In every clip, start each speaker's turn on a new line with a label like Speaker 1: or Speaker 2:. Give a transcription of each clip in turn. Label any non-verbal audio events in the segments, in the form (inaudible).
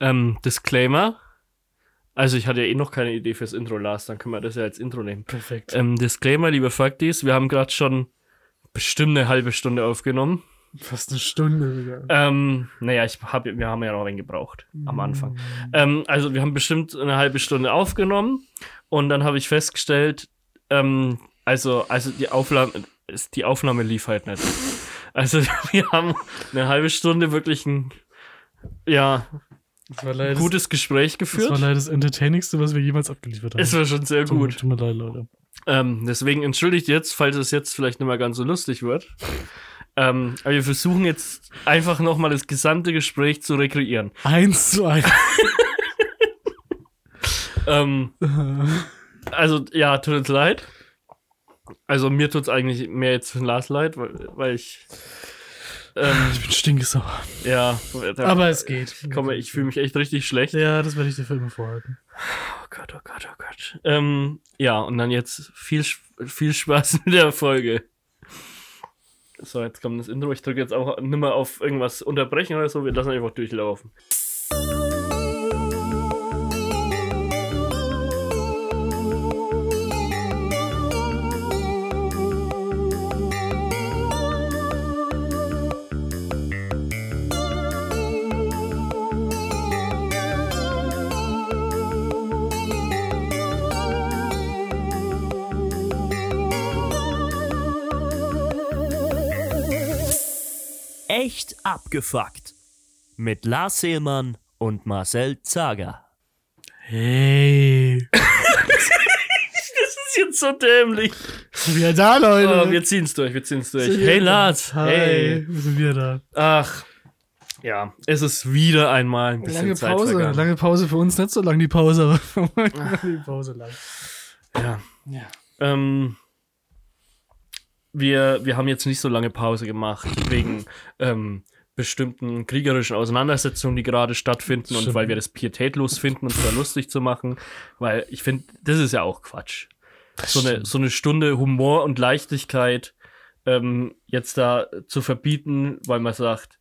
Speaker 1: Ähm, Disclaimer. Also ich hatte ja eh noch keine Idee fürs Intro, Lars, dann können wir das ja als Intro nehmen.
Speaker 2: Perfekt.
Speaker 1: Ähm, Disclaimer, liebe Faktis, wir haben gerade schon bestimmt eine halbe Stunde aufgenommen.
Speaker 2: Fast eine Stunde wieder.
Speaker 1: Ähm, naja, ich hab, wir haben ja noch einen gebraucht am
Speaker 2: Mm.
Speaker 1: Anfang. Ähm, also wir haben bestimmt eine halbe Stunde aufgenommen und dann habe ich festgestellt, ähm, also, also die, Aufnahme, es- die Aufnahme lief halt nicht. Also (laughs) wir haben eine halbe Stunde wirklich ein ja,
Speaker 2: Das war leider
Speaker 1: gutes Gespräch
Speaker 2: das, das, war
Speaker 1: geführt.
Speaker 2: leider das Entertainingste, was wir jemals abgeliefert haben.
Speaker 1: Es war schon sehr
Speaker 2: Tut mir-
Speaker 1: gut.
Speaker 2: Tut mir leid, Leute.
Speaker 1: Ähm, deswegen entschuldigt jetzt, falls es jetzt vielleicht nicht mehr ganz so lustig wird. Ähm, aber wir versuchen jetzt einfach nochmal das gesamte Gespräch zu rekreieren.
Speaker 2: Eins
Speaker 1: (laughs)
Speaker 2: zu eins. (laughs)
Speaker 1: Ähm, also, ja, tut uns leid. Also, mir tut es eigentlich mehr jetzt für den Lars leid, weil, weil ich. Ähm,
Speaker 2: ich bin stinkesauer.
Speaker 1: ja, da
Speaker 2: Aber es geht.
Speaker 1: komme, ich fühle mich echt richtig schlecht.
Speaker 2: Ja, das werde ich dir für immer vorhalten.
Speaker 1: Oh Gott, oh Gott, oh Gott. Ähm, ja, und dann jetzt viel, Sch- viel Spaß (laughs) mit der Folge. So, jetzt kommt das Intro. Ich drücke jetzt auch nimmer auf irgendwas unterbrechen oder so. Wir lassen einfach durchlaufen.
Speaker 3: Echt abgefuckt. Mit Lars Seelmann und Marcel Zager.
Speaker 2: Hey.
Speaker 1: Das ist jetzt so dämlich.
Speaker 2: Sind wir da, Leute?
Speaker 1: Oh, wir ziehen's durch, wir ziehen's durch.
Speaker 2: Sind wir
Speaker 1: Hey
Speaker 2: da?
Speaker 1: Lars,
Speaker 2: Hi.
Speaker 1: hey.
Speaker 2: Wir sind wieder da.
Speaker 1: Ach, ja, es ist wieder einmal ein bisschen
Speaker 2: Lange
Speaker 1: Zeit
Speaker 2: Pause.
Speaker 1: vergangen. Ah.
Speaker 2: Lange Pause für uns. Nicht so lang die Pause, aber (laughs) die Pause lang.
Speaker 1: Ja.
Speaker 2: Ja.
Speaker 1: Ähm, wir, wir haben jetzt nicht so lange Pause gemacht, wegen ähm, bestimmten kriegerischen Auseinandersetzungen, die gerade stattfinden und
Speaker 2: Stimmt.
Speaker 1: weil wir das pietätlos finden, uns da lustig zu machen. Weil ich finde, das ist ja auch Quatsch. So eine, so eine Stunde Humor und Leichtigkeit ähm, jetzt da zu verbieten, weil man sagt,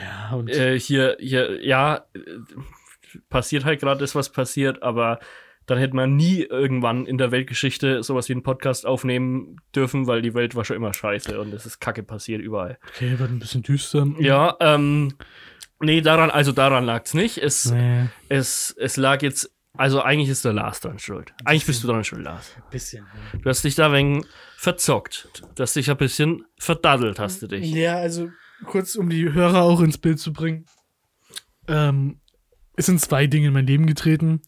Speaker 2: Ja, und
Speaker 1: äh, hier, hier, ja, äh, passiert halt gerade das, was passiert, aber dann hätte man nie irgendwann in der Weltgeschichte sowas wie einen Podcast aufnehmen dürfen, weil die Welt war schon immer scheiße und es ist Kacke passiert überall.
Speaker 2: okay, wird ein bisschen düster.
Speaker 1: Ja, ähm, nee, daran, also daran lag's nicht. Es,
Speaker 2: Nee,
Speaker 1: es, es lag jetzt, also eigentlich ist der Lars dran schuld. Eigentlich bist du dran schuld, Lars.
Speaker 2: ein bisschen.
Speaker 1: Du hast dich da wegen verzockt. Du hast dich ein bisschen verdaddelt, hast du dich.
Speaker 2: Ja, also kurz, um die Hörer auch ins Bild zu bringen. Ähm, es sind zwei Dinge in mein Leben getreten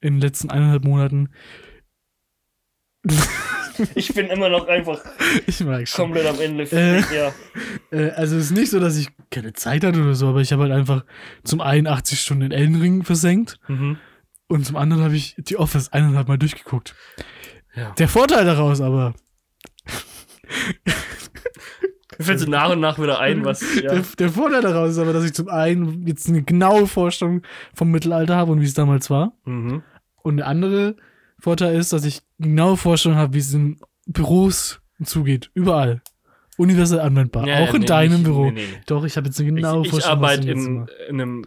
Speaker 2: in den letzten eineinhalb Monaten.
Speaker 1: Ich bin immer noch einfach
Speaker 2: Ich merke schon.
Speaker 1: komplett am Ende.
Speaker 2: Äh.
Speaker 1: Ja.
Speaker 2: Äh, also es ist nicht so, dass ich keine Zeit hatte oder so, aber ich habe halt einfach zum einen 80 Stunden in Ellenring versenkt
Speaker 1: Mhm.
Speaker 2: und zum anderen habe ich die Office eineinhalb Mal durchgeguckt.
Speaker 1: Ja.
Speaker 2: Der Vorteil daraus aber,
Speaker 1: Mir fällt so nach und nach wieder ein, was.
Speaker 2: (laughs)
Speaker 1: Ja.
Speaker 2: der, der Vorteil daraus ist aber, dass ich zum einen jetzt eine genaue Vorstellung vom Mittelalter habe und wie es damals war.
Speaker 1: Mhm.
Speaker 2: Und der andere Vorteil ist, dass ich eine genaue Vorstellung habe, wie es in Büros zugeht. Überall. Universell anwendbar.
Speaker 1: Ja,
Speaker 2: auch in
Speaker 1: nee,
Speaker 2: deinem
Speaker 1: nicht-
Speaker 2: Büro.
Speaker 1: nee, nee, nee.
Speaker 2: Doch, ich habe jetzt eine genaue
Speaker 1: ich ich
Speaker 2: Vorstellung. was
Speaker 1: arbeite
Speaker 2: in jetzt
Speaker 1: im,
Speaker 2: immer-
Speaker 1: in einem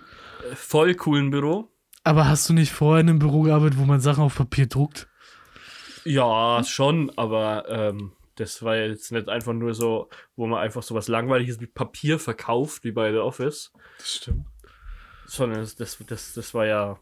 Speaker 1: äh, voll coolen Büro.
Speaker 2: Aber hast du nicht vorher in einem Büro gearbeitet, wo man Sachen auf Papier druckt? Mhm.
Speaker 1: Ja, schon, aber ähm, das war jetzt nicht einfach nur so, wo man einfach so was Langweiliges mit Papier verkauft, wie bei The Office,
Speaker 2: Das stimmt.
Speaker 1: sondern das, das, das, das war ja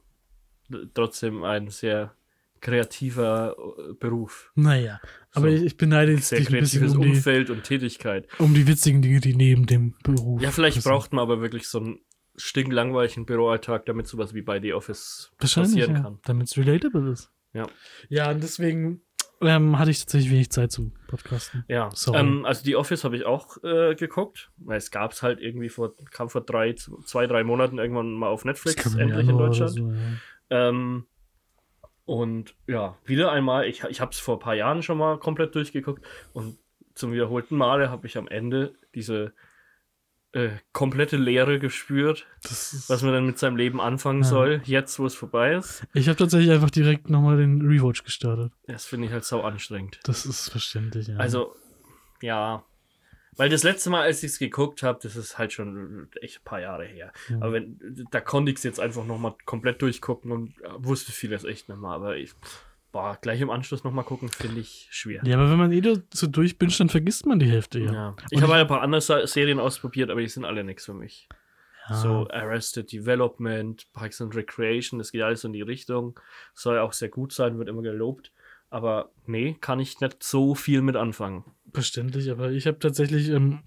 Speaker 1: trotzdem ein sehr kreativer äh, Beruf.
Speaker 2: Naja. Aber
Speaker 1: So.
Speaker 2: ich, ich beneide jetzt
Speaker 1: Sehr
Speaker 2: dich ein bisschen
Speaker 1: kreatives
Speaker 2: um die,
Speaker 1: Umfeld und Tätigkeit.
Speaker 2: um die witzigen Dinge, die neben dem Beruf.
Speaker 1: Ja, vielleicht
Speaker 2: passieren.
Speaker 1: braucht man aber wirklich so einen stinklangweiligen Büroalltag, damit sowas wie bei The Office
Speaker 2: Wahrscheinlich,
Speaker 1: passieren
Speaker 2: ja,
Speaker 1: kann.
Speaker 2: damit es relatable ist.
Speaker 1: Ja.
Speaker 2: Ja, und deswegen ähm, hatte ich tatsächlich wenig Zeit zum Podcasten.
Speaker 1: Ja,
Speaker 2: Sorry.
Speaker 1: ähm, also die Office habe ich auch äh, geguckt, weil es gab es halt irgendwie vor, kam vor drei, zwei, drei Monaten irgendwann mal auf Netflix,
Speaker 2: kam im
Speaker 1: endlich in
Speaker 2: Januar oder
Speaker 1: Deutschland.
Speaker 2: so, ja.
Speaker 1: Ähm, und ja, wieder einmal, ich, ich habe es vor ein paar Jahren schon mal komplett durchgeguckt und zum wiederholten Male habe ich am Ende diese äh, komplette Leere gespürt,
Speaker 2: Das ist,
Speaker 1: was man dann mit seinem Leben anfangen
Speaker 2: Ja.
Speaker 1: soll, jetzt wo es vorbei ist.
Speaker 2: Ich habe tatsächlich einfach direkt nochmal den Rewatch gestartet.
Speaker 1: Das finde ich halt sau anstrengend.
Speaker 2: Das ist verständlich, ja.
Speaker 1: Also, ja. Weil das letzte Mal, als ich es geguckt habe, das ist halt schon echt ein paar Jahre her. Aber wenn, da konnte ich es jetzt einfach nochmal komplett durchgucken und wusste vieles echt nicht mehr. Aber ich, boah, gleich im Anschluss nochmal gucken, finde ich schwer.
Speaker 2: Ja, aber wenn man eh so durchbinscht, dann vergisst man die Hälfte ja.
Speaker 1: Ja. Ich habe halt ein paar andere Sa- Serien ausprobiert, aber die sind alle nichts für mich. So
Speaker 2: Ah.
Speaker 1: Arrested Development, Parks and Recreation, das geht alles in die Richtung. Soll auch sehr gut sein, wird immer gelobt. Aber nee, kann ich nicht so viel mit anfangen.
Speaker 2: (laughs) Verständlich, aber ich habe tatsächlich ähm,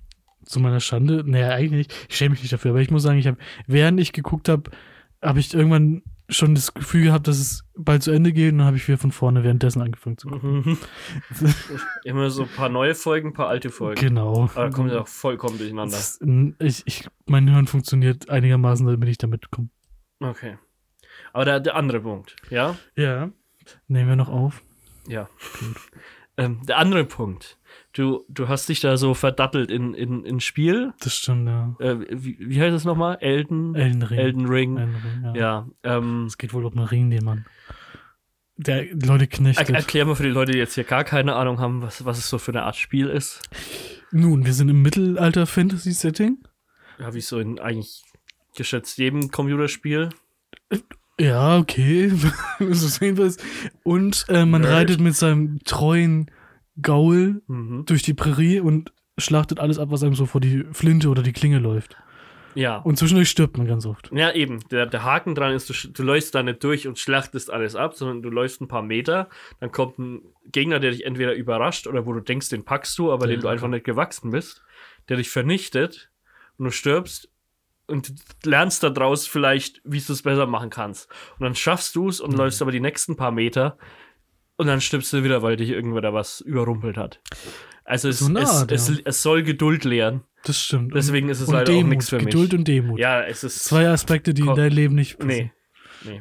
Speaker 2: zu meiner Schande, naja, eigentlich, ich schäme mich nicht dafür, aber ich muss sagen, ich habe, während ich geguckt habe, habe ich irgendwann schon das Gefühl gehabt, dass es bald zu Ende geht und dann habe ich wieder von vorne währenddessen angefangen zu gucken.
Speaker 1: immer so ein paar neue Folgen, ein paar alte Folgen.
Speaker 2: Genau.
Speaker 1: Aber da kommen sie auch vollkommen durcheinander.
Speaker 2: Das ist, n- ich, ich, mein Hirn funktioniert einigermaßen, damit ich damit komme.
Speaker 1: Okay. Aber der, der andere Punkt, ja?
Speaker 2: Ja. Nehmen wir noch auf.
Speaker 1: Ja. ähm, der andere Punkt. Du, du hast dich da so verdattelt in, in, in Spiel.
Speaker 2: Das stimmt, ja.
Speaker 1: Äh, wie, wie heißt es nochmal? Elden,
Speaker 2: Elden Ring.
Speaker 1: Elden Ring.
Speaker 2: Elden Ring, ja.
Speaker 1: Ja. Ähm,
Speaker 2: Es geht wohl um einen Ring, den man. Der Leute knechtet.
Speaker 1: er, erklär mal für die Leute, die jetzt hier gar keine Ahnung haben, was, was es so für eine Art Spiel ist.
Speaker 2: Nun, wir sind im Mittelalter-Fantasy-Setting.
Speaker 1: Ja, wie so in eigentlich geschätzt jedem Computerspiel.
Speaker 2: Ja, okay. (laughs) Das ist jedenfalls. Und äh, man
Speaker 1: Nerd.
Speaker 2: reitet mit seinem treuen Gaul
Speaker 1: Mhm.
Speaker 2: durch die Prärie und schlachtet alles ab, was einem so vor die Flinte oder die Klinge läuft.
Speaker 1: Ja.
Speaker 2: Und zwischendurch stirbt man ganz oft.
Speaker 1: Ja, eben. Der, der Haken dran ist, du, sch- du läufst da nicht durch und schlachtest alles ab, sondern du läufst ein paar Meter, dann kommt ein Gegner, der dich entweder überrascht oder wo du denkst, den packst du, aber
Speaker 2: Ja. genau.
Speaker 1: dem du einfach nicht gewachsen bist, der dich vernichtet und du stirbst und du lernst daraus vielleicht, wie du es besser machen kannst. Und dann schaffst du es und
Speaker 2: Mhm.
Speaker 1: läufst aber die nächsten paar Meter und dann stirbst du wieder, weil dich irgendwer da was überrumpelt hat. Also es,
Speaker 2: So eine Art,
Speaker 1: es,
Speaker 2: ja.
Speaker 1: es, es soll Geduld lehren.
Speaker 2: Das stimmt.
Speaker 1: Deswegen ist es
Speaker 2: und
Speaker 1: leider
Speaker 2: Demut.
Speaker 1: auch nichts für mich.
Speaker 2: Geduld und Demut.
Speaker 1: ja, es ist.
Speaker 2: Zwei Aspekte, die in
Speaker 1: Ko-
Speaker 2: dein Leben nicht passen.
Speaker 1: nee. Nee.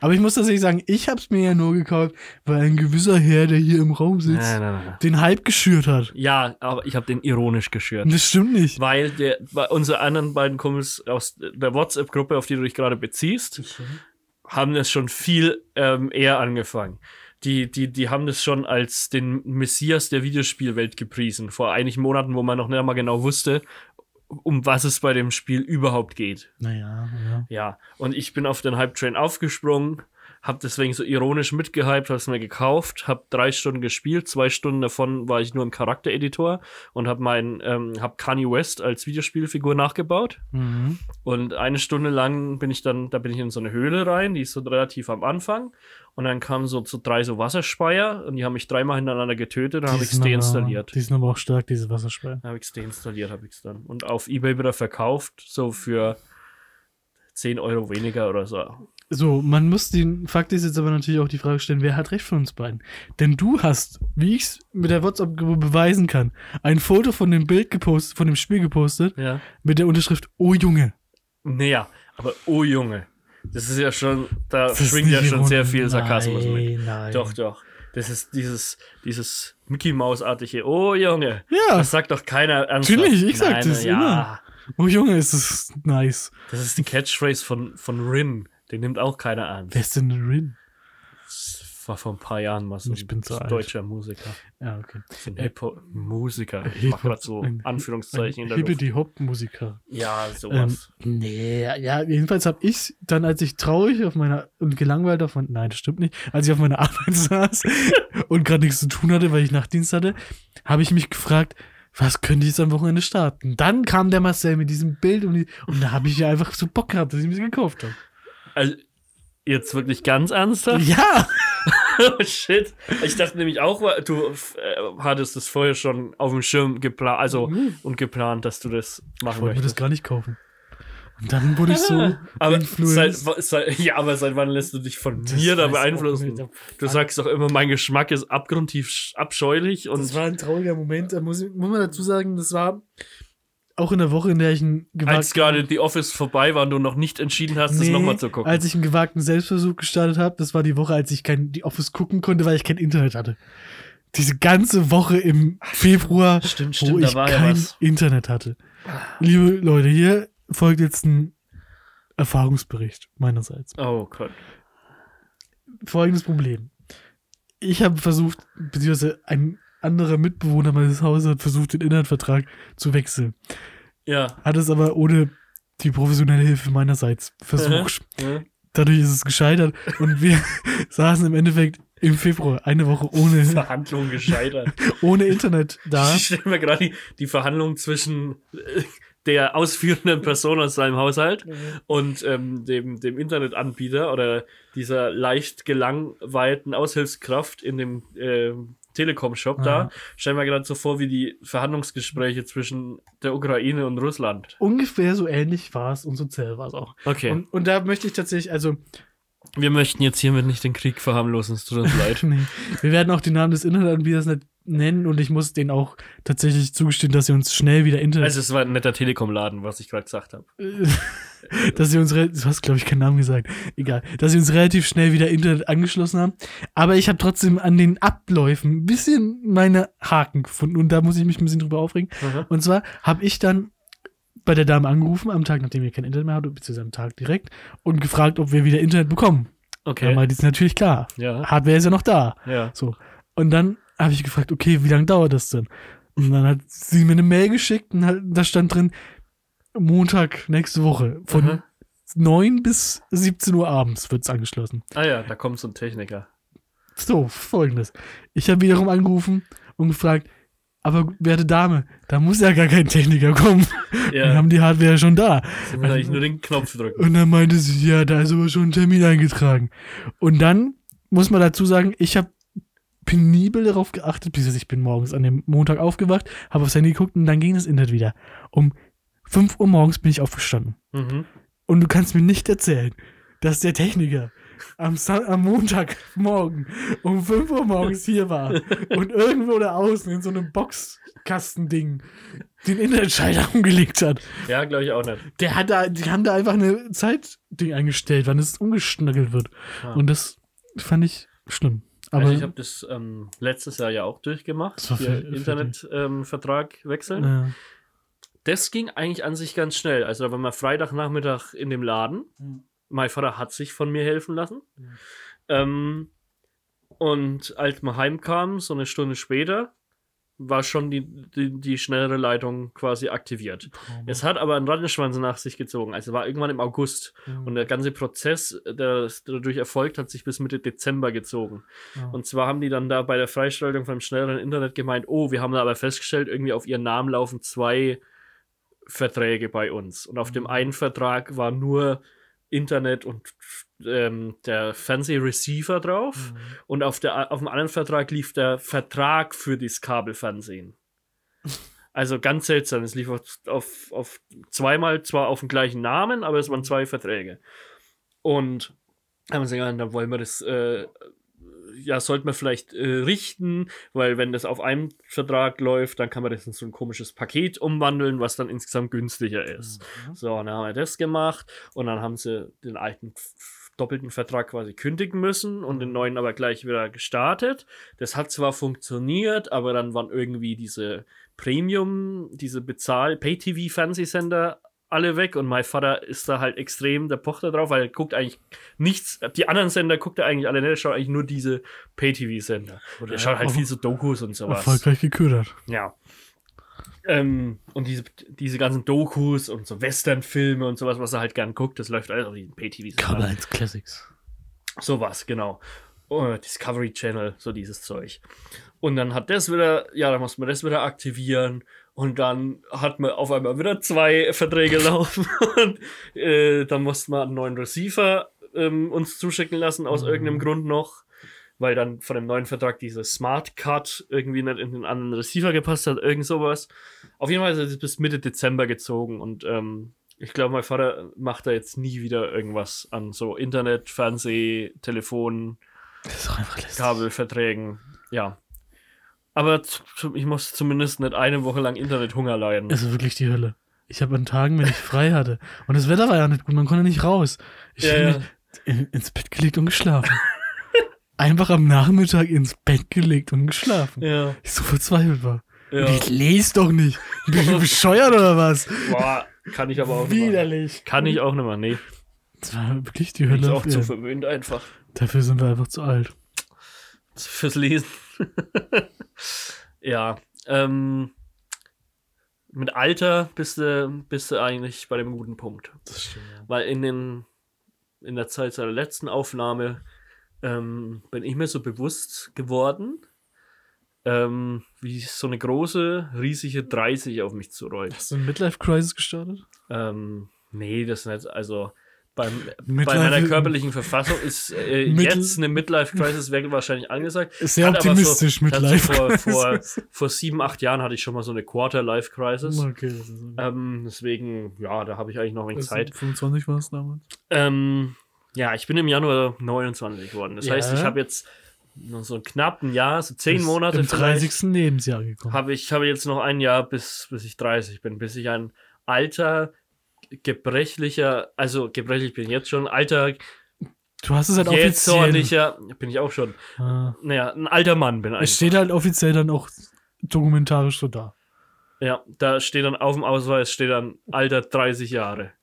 Speaker 2: Aber ich muss tatsächlich sagen, ich hab's mir ja nur gekauft, weil ein gewisser Herr, der hier im Raum sitzt,
Speaker 1: Nein, nein, nein, nein.
Speaker 2: den Hype geschürt hat.
Speaker 1: Ja, aber ich habe den ironisch geschürt.
Speaker 2: (laughs) Und das stimmt nicht.
Speaker 1: Weil der, weil unsere anderen beiden Kumpels aus der WhatsApp-Gruppe, auf die du dich gerade beziehst, haben das schon viel ähm, eher angefangen. Die, die, die haben das schon als den Messias der Videospielwelt gepriesen, vor einigen Monaten, wo man noch nicht mal genau wusste, um was es bei dem Spiel überhaupt geht.
Speaker 2: Naja, ja.
Speaker 1: Ja, und ich bin auf den Hype-Train aufgesprungen, hab deswegen so ironisch mitgehypt, hab's mir gekauft, hab drei Stunden gespielt, zwei Stunden davon war ich nur im Charaktereditor und hab mein, ähm, hab Kanye West als Videospielfigur nachgebaut.
Speaker 2: Mhm.
Speaker 1: Und eine Stunde lang bin ich dann, da bin ich in so eine Höhle rein, die ist so relativ am Anfang. Und dann kamen so, so drei so Wasserspeier und die haben mich dreimal hintereinander getötet, dann
Speaker 2: Die
Speaker 1: habe ich's
Speaker 2: sind aber-
Speaker 1: deinstalliert.
Speaker 2: Die sind aber auch stark, diese Wasserspeier.
Speaker 1: Dann habe ich es deinstalliert, habe ich es dann. Und auf Ebay wieder verkauft, so für 10 Euro weniger oder so.
Speaker 2: So, man muss den Fakt ist jetzt aber natürlich auch die Frage stellen, wer hat recht von uns beiden? Denn du hast, wie ich es mit der WhatsApp-Gruppe beweisen kann, ein Foto von dem Bild gepostet, von dem Spiel gepostet,
Speaker 1: Ja.
Speaker 2: mit der Unterschrift Oh Junge.
Speaker 1: Naja, aber oh Junge, das ist ja schon, da
Speaker 2: ist
Speaker 1: schwingt ja
Speaker 2: nicht
Speaker 1: schon sehr
Speaker 2: ironisch.
Speaker 1: viel Sarkasmus
Speaker 2: nein,
Speaker 1: mit.
Speaker 2: Nein.
Speaker 1: Doch, doch. Das ist dieses, dieses Mickey Maus-artige, oh Junge.
Speaker 2: Ja,
Speaker 1: Das sagt doch keiner ernsthaft.
Speaker 2: Natürlich, ich sag das
Speaker 1: ja.
Speaker 2: immer. Oh Junge, ist das nice.
Speaker 1: Das ist die Catchphrase von, von Rin. Den nimmt auch keiner an.
Speaker 2: Wer ist denn Rin?
Speaker 1: Das war vor ein paar Jahren mal so
Speaker 2: Ich bin zu alt.
Speaker 1: deutscher Musiker.
Speaker 2: Ja, okay.
Speaker 1: So ein Hip-Hop- Musiker. Ich
Speaker 2: Hip-Hop-
Speaker 1: mach grad so
Speaker 2: ein-
Speaker 1: Anführungszeichen in der Luft.
Speaker 2: Hibbidi Hop Musiker.
Speaker 1: Ja,
Speaker 2: Ähm,
Speaker 1: sowas.
Speaker 2: nee, ja, jedenfalls habe ich dann, als ich traurig auf meiner und gelangweilt auf meiner, nein, das stimmt nicht, als ich auf meiner (laughs) Arbeit saß und gerade nichts zu tun hatte, weil ich Nachtdienst hatte, habe ich mich gefragt, was könnte ich jetzt am Wochenende starten? Dann kam der Marcel mit diesem Bild und, die, und da habe ich ja einfach so Bock gehabt, dass ich mir das
Speaker 1: (laughs)
Speaker 2: gekauft habe.
Speaker 1: also, jetzt wirklich ganz ernsthaft?
Speaker 2: Ja!
Speaker 1: Oh, (laughs) Shit. Ich dachte nämlich auch, weil du f- äh, hattest das vorher schon auf dem Schirm geplant, also
Speaker 2: Mhm.
Speaker 1: und geplant, dass du das
Speaker 2: Ich
Speaker 1: machen
Speaker 2: wollte mir das
Speaker 1: möchtest.
Speaker 2: gar nicht kaufen. Und dann wurde ich so
Speaker 1: Aber seit,
Speaker 2: influenced.
Speaker 1: seit, ja, aber seit wann lässt du dich von
Speaker 2: Das
Speaker 1: mir da
Speaker 2: weiß ich auch
Speaker 1: beeinflussen?
Speaker 2: nicht.
Speaker 1: Du sagst doch immer, mein Geschmack ist abgrundtief sch- abscheulich und
Speaker 2: Das war ein trauriger Moment. Da muss, ich- muss man dazu sagen, das war auch in der Woche, in der ich einen
Speaker 1: als
Speaker 2: gewagten,
Speaker 1: gerade die Office vorbei war und du noch nicht entschieden hast, das
Speaker 2: Nee, also,
Speaker 1: nochmal zu gucken.
Speaker 2: als ich einen gewagten Selbstversuch gestartet habe. Das war die Woche, als ich kein die Office gucken konnte, weil ich kein Internet hatte. Diese ganze Woche im Februar,
Speaker 1: stimmt,
Speaker 2: wo ich kein Internet hatte. Liebe Leute, hier folgt jetzt ein Erfahrungsbericht meinerseits.
Speaker 1: Oh Gott.
Speaker 2: folgendes Problem. Ich habe versucht, beziehungsweise ein, anderer Mitbewohner meines Hauses hat versucht, den Inhaltvertrag zu wechseln.
Speaker 1: Ja.
Speaker 2: Hat es aber ohne die professionelle Hilfe meinerseits versucht.
Speaker 1: Ne?
Speaker 2: Dadurch ist es gescheitert und wir (laughs) saßen im Endeffekt im Februar eine Woche (laughs) ohne,
Speaker 1: Verhandlung gescheitert.
Speaker 2: ohne Internet
Speaker 1: (laughs)
Speaker 2: da.
Speaker 1: Ich stelle mir gerade die, die Verhandlung zwischen äh, der ausführenden Person aus seinem Haushalt und ähm, dem, dem Internetanbieter oder dieser leicht gelangweilten Aushilfskraft in dem ähm, Telekom-Shop da.
Speaker 2: Ja.
Speaker 1: Stell mir gerade so vor, wie die Verhandlungsgespräche zwischen der Ukraine und Russland.
Speaker 2: Ungefähr so ähnlich war es und so zäh war es auch.
Speaker 1: Okay.
Speaker 2: Und, und da möchte ich tatsächlich, also
Speaker 1: wir möchten jetzt hiermit nicht den Krieg verharmlosen, es tut uns leid.
Speaker 2: (laughs) Nee. Wir werden auch den Namen des Internetanbieters nicht nennen und ich muss denen auch tatsächlich zugestehen, dass sie uns schnell wieder Internet.
Speaker 1: Also es war ein netter Telekom-Laden, was ich gerade gesagt habe.
Speaker 2: Also (laughs) dass sie uns re- du hast, glaube ich, keinen Namen gesagt. Egal. Dass sie uns relativ schnell wieder Internet angeschlossen haben. Aber ich habe trotzdem an den Abläufen ein bisschen meine Haken gefunden und da muss ich mich ein bisschen drüber aufregen. Und zwar habe ich dann bei der Dame angerufen, am Tag, nachdem wir kein Internet mehr hatten, beziehungsweise am Tag direkt, und gefragt, ob wir wieder Internet bekommen. Okay. Da
Speaker 1: Okay.
Speaker 2: meinte sie natürlich klar.
Speaker 1: Ja,
Speaker 2: Hardware ist ja noch da.
Speaker 1: ja.
Speaker 2: So. Und dann habe ich gefragt, okay, wie lange dauert das denn? Und dann hat sie mir eine Mail geschickt und hat, da stand drin, Montag nächste Woche von
Speaker 1: Aha.
Speaker 2: 9 bis 17 Uhr abends wird es angeschlossen.
Speaker 1: Ah ja, da kommt so ein Techniker.
Speaker 2: So, folgendes. Ich habe wiederum angerufen und gefragt, aber werte Dame, da muss ja gar kein Techniker kommen. Wir
Speaker 1: Ja,
Speaker 2: haben die Hardware ja schon da.
Speaker 1: sie müssen eigentlich nur den Knopf drücken.
Speaker 2: Und dann meinte sie, ja, da ist aber schon ein Termin eingetragen. Und dann muss man dazu sagen, ich habe penibel darauf geachtet, bis ich bin morgens an dem Montag aufgewacht, habe aufs Handy geguckt und dann ging das Internet wieder. Um 5 Uhr morgens bin ich aufgestanden.
Speaker 1: Mhm.
Speaker 2: Und du kannst mir nicht erzählen, dass der Techniker am, Sa am Montagmorgen um 5 Uhr morgens hier war und irgendwo da außen in so einem Boxkastending den Internetschalter (laughs) umgelegt hat.
Speaker 1: Ja, glaube ich auch nicht.
Speaker 2: Der hat da, die haben da einfach eine Zeitding eingestellt, wann es umgeschnörkelt wird.
Speaker 1: Ah.
Speaker 2: Und das fand ich schlimm. Aber
Speaker 1: also ich habe das ähm, letztes Jahr ja auch durchgemacht,
Speaker 2: Das war für- für die-
Speaker 1: Internetvertrag ähm, Vertrag wechseln.
Speaker 2: äh,
Speaker 1: Das ging eigentlich an sich ganz schnell. Also da waren wir Freitagnachmittag in dem Laden.
Speaker 2: Mhm.
Speaker 1: Mein Vater hat sich von mir helfen lassen.
Speaker 2: Mhm.
Speaker 1: Ähm, und als wir heimkamen, so eine Stunde später, war schon die, die, die schnellere Leitung quasi aktiviert.
Speaker 2: Mhm.
Speaker 1: Es hat aber einen Rattenschwanz nach sich gezogen. Also war irgendwann im August. Und der ganze Prozess, der das dadurch erfolgt, hat sich bis Mitte Dezember gezogen.
Speaker 2: Ja.
Speaker 1: Und zwar haben die dann da bei der Freischaltung vom schnelleren Internet gemeint, oh, wir haben da aber festgestellt, irgendwie auf ihren Namen laufen zwei Verträge bei uns. Und auf dem einen Vertrag war nur Internet und ähm, der Fernsehreceiver
Speaker 2: Mhm.
Speaker 1: drauf. Und auf, der, auf dem anderen Vertrag lief der Vertrag für das Kabelfernsehen. Also ganz seltsam. Es lief auf, auf, auf zweimal zwar auf den gleichen Namen, aber es waren zwei Verträge. Und haben sie gesagt, dann wollen wir das, äh, ja, sollten wir vielleicht äh, richten, weil wenn das auf einem Vertrag läuft, dann kann man das in so ein komisches Paket umwandeln, was dann insgesamt günstiger ist. So, und dann haben wir das gemacht und dann haben sie den alten f- doppelten Vertrag quasi kündigen müssen und den neuen aber gleich wieder gestartet. Das hat zwar funktioniert, aber dann waren irgendwie diese Premium, diese Bezahl, Pay-TV-Fernsehsender alle weg und mein Vater ist da halt extrem der Pochter drauf, weil er guckt eigentlich nichts, die anderen Sender guckt er eigentlich alle nicht, er schaut eigentlich nur diese Pay-TV-Sender. Und er schaut halt viel so Dokus und sowas.
Speaker 2: Erfolgreich geködert.
Speaker 1: Ja. Ähm, und diese, diese ganzen Dokus und so Western-Filme und sowas, was er halt gern guckt, das läuft alles auf diesen Pay-TVs.
Speaker 3: Kabel 1 Classics.
Speaker 1: Sowas, genau. Oh, Discovery Channel, so dieses Zeug. Und dann hat das wieder, ja, dann muss man das wieder aktivieren. Und dann hat man auf einmal wieder zwei Verträge (laughs) laufen. Und äh, dann musste man einen neuen Receiver ähm, uns zuschicken lassen, aus irgendeinem Grund noch. Weil dann von dem neuen Vertrag diese Smart Card irgendwie nicht in den anderen Receiver gepasst hat, irgend sowas. Auf jeden Fall ist es bis Mitte Dezember gezogen und ähm, ich glaube, mein Vater macht da jetzt nie wieder irgendwas an so Internet, Fernseh, Telefon,
Speaker 2: Das ist doch einfach lästig.
Speaker 1: Kabelverträgen. Ja. Aber z- z- ich muss zumindest nicht eine Woche lang Internethunger leiden.
Speaker 2: Es ist wirklich die Hölle. Ich habe an Tagen, wenn ich frei hatte, und das Wetter war ja nicht gut, man konnte nicht raus. Ich
Speaker 1: Ja,
Speaker 2: habe
Speaker 1: ja.
Speaker 2: mich in, ins Bett gelegt
Speaker 1: (laughs)
Speaker 2: und geschlafen. einfach am Nachmittag ins Bett gelegt und geschlafen.
Speaker 1: Ja,
Speaker 2: Ich so verzweifelt war.
Speaker 1: ja.
Speaker 2: Ich lese doch nicht. Bin ich bescheuert oder was?
Speaker 1: Boah, kann ich (laughs) aber auch nicht machen.
Speaker 2: Widerlich.
Speaker 1: Kann ich auch nicht mehr, nee.
Speaker 2: Das war wirklich die
Speaker 1: Bin ich
Speaker 2: Hölle.
Speaker 1: auch
Speaker 2: auf
Speaker 1: zu
Speaker 2: Erden.
Speaker 1: verwöhnt einfach
Speaker 2: Dafür sind wir einfach zu alt.
Speaker 1: fürs Lesen. (laughs) Ja, ähm, mit Alter bist du, bist du eigentlich bei dem guten Punkt.
Speaker 2: Das stimmt, ja.
Speaker 1: Weil in, den, in der Zeit seiner letzten Aufnahme ähm, bin ich mir so bewusst geworden, ähm, wie so eine große, riesige 30 auf mich zurollt.
Speaker 2: Hast du eine Midlife-Crisis gestartet?
Speaker 1: Ähm, nee, das nicht. Also beim, bei
Speaker 2: Midlife-
Speaker 1: meiner körperlichen Verfassung ist äh,
Speaker 2: Mittel-
Speaker 1: jetzt eine Midlife-Crisis wäre wahrscheinlich angesagt.
Speaker 2: Ist sehr
Speaker 1: Hat aber
Speaker 2: optimistisch,
Speaker 1: so, tatsächlich Vor, vor,
Speaker 2: Midlife-Crisis.
Speaker 1: vor sieben, acht Jahren hatte ich schon mal so eine Quarter-Life-Crisis.
Speaker 2: (laughs) Okay, das ist
Speaker 1: Ähm, deswegen, ja, da habe ich eigentlich noch ein wenig
Speaker 2: das
Speaker 1: Zeit.
Speaker 2: sind 25 war es damals.
Speaker 1: Ähm, ja, ich bin im Januar 29 geworden. Das
Speaker 2: Ja.
Speaker 1: heißt, ich habe jetzt noch so knapp ein Jahr, so zehn
Speaker 2: Bis
Speaker 1: Monate
Speaker 2: Im
Speaker 1: vielleicht.
Speaker 2: 30. Lebensjahr gekommen.
Speaker 1: habe ich habe jetzt noch ein Jahr bis bis ich 30 bin, bis ich ein alter gebrechlicher, also gebrechlich bin ich jetzt schon, alter
Speaker 2: Du hast es halt
Speaker 1: jetzt
Speaker 2: offiziell.
Speaker 1: ordentlicher, bin ich auch schon.
Speaker 2: Ah.
Speaker 1: Naja, ein alter Mann bin
Speaker 2: Es
Speaker 1: ich.
Speaker 2: steht halt offiziell dann auch dokumentarisch so da.
Speaker 1: Ja, da steht dann auf dem Ausweis steht dann alter 30 Jahre. (laughs)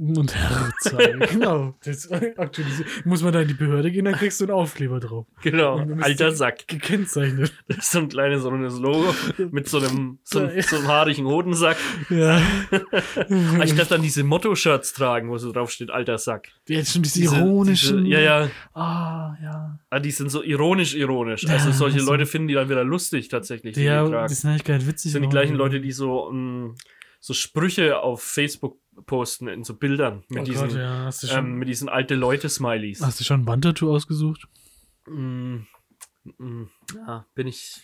Speaker 2: Und Herr zeigen. genau. Das aktualisiert. Muss man da in die Behörde gehen, dann kriegst du einen Aufkleber drauf.
Speaker 1: Genau,
Speaker 2: Und du bist
Speaker 1: alter
Speaker 2: die-
Speaker 1: Sack.
Speaker 2: Gekennzeichnet.
Speaker 1: Das ist (laughs) so ein kleines rundes Logo mit so einem so,
Speaker 2: (laughs)
Speaker 1: einem- so einem haarigen Hodensack.
Speaker 2: Ja.
Speaker 1: Ah, Ich darf dann diese Motto-Shirts tragen, wo so drauf steht alter Sack.
Speaker 2: Jetzt schon diese,
Speaker 1: Diese-
Speaker 2: ironischen.
Speaker 1: Diese, ja, ja.
Speaker 2: Ah, ja.
Speaker 1: Ah, die sind so ironisch ironisch.
Speaker 2: Ja,
Speaker 1: Also solche
Speaker 2: also-
Speaker 1: Leute finden die dann wieder lustig tatsächlich. Die die
Speaker 2: Der,
Speaker 1: tragen.
Speaker 2: die sind eigentlich gar nicht witzig.
Speaker 1: das sind die
Speaker 2: aber-
Speaker 1: gleichen Leute, die so, ähm, so Sprüche auf Facebook posten in so Bildern mit
Speaker 2: oh
Speaker 1: diesen
Speaker 2: Gott, ja. Hast du schon,
Speaker 1: ähm, mit diesen alte Leute Smileys.
Speaker 2: hast du schon ein Wandtattoo ausgesucht?
Speaker 1: Mm, mm, ja, bin ich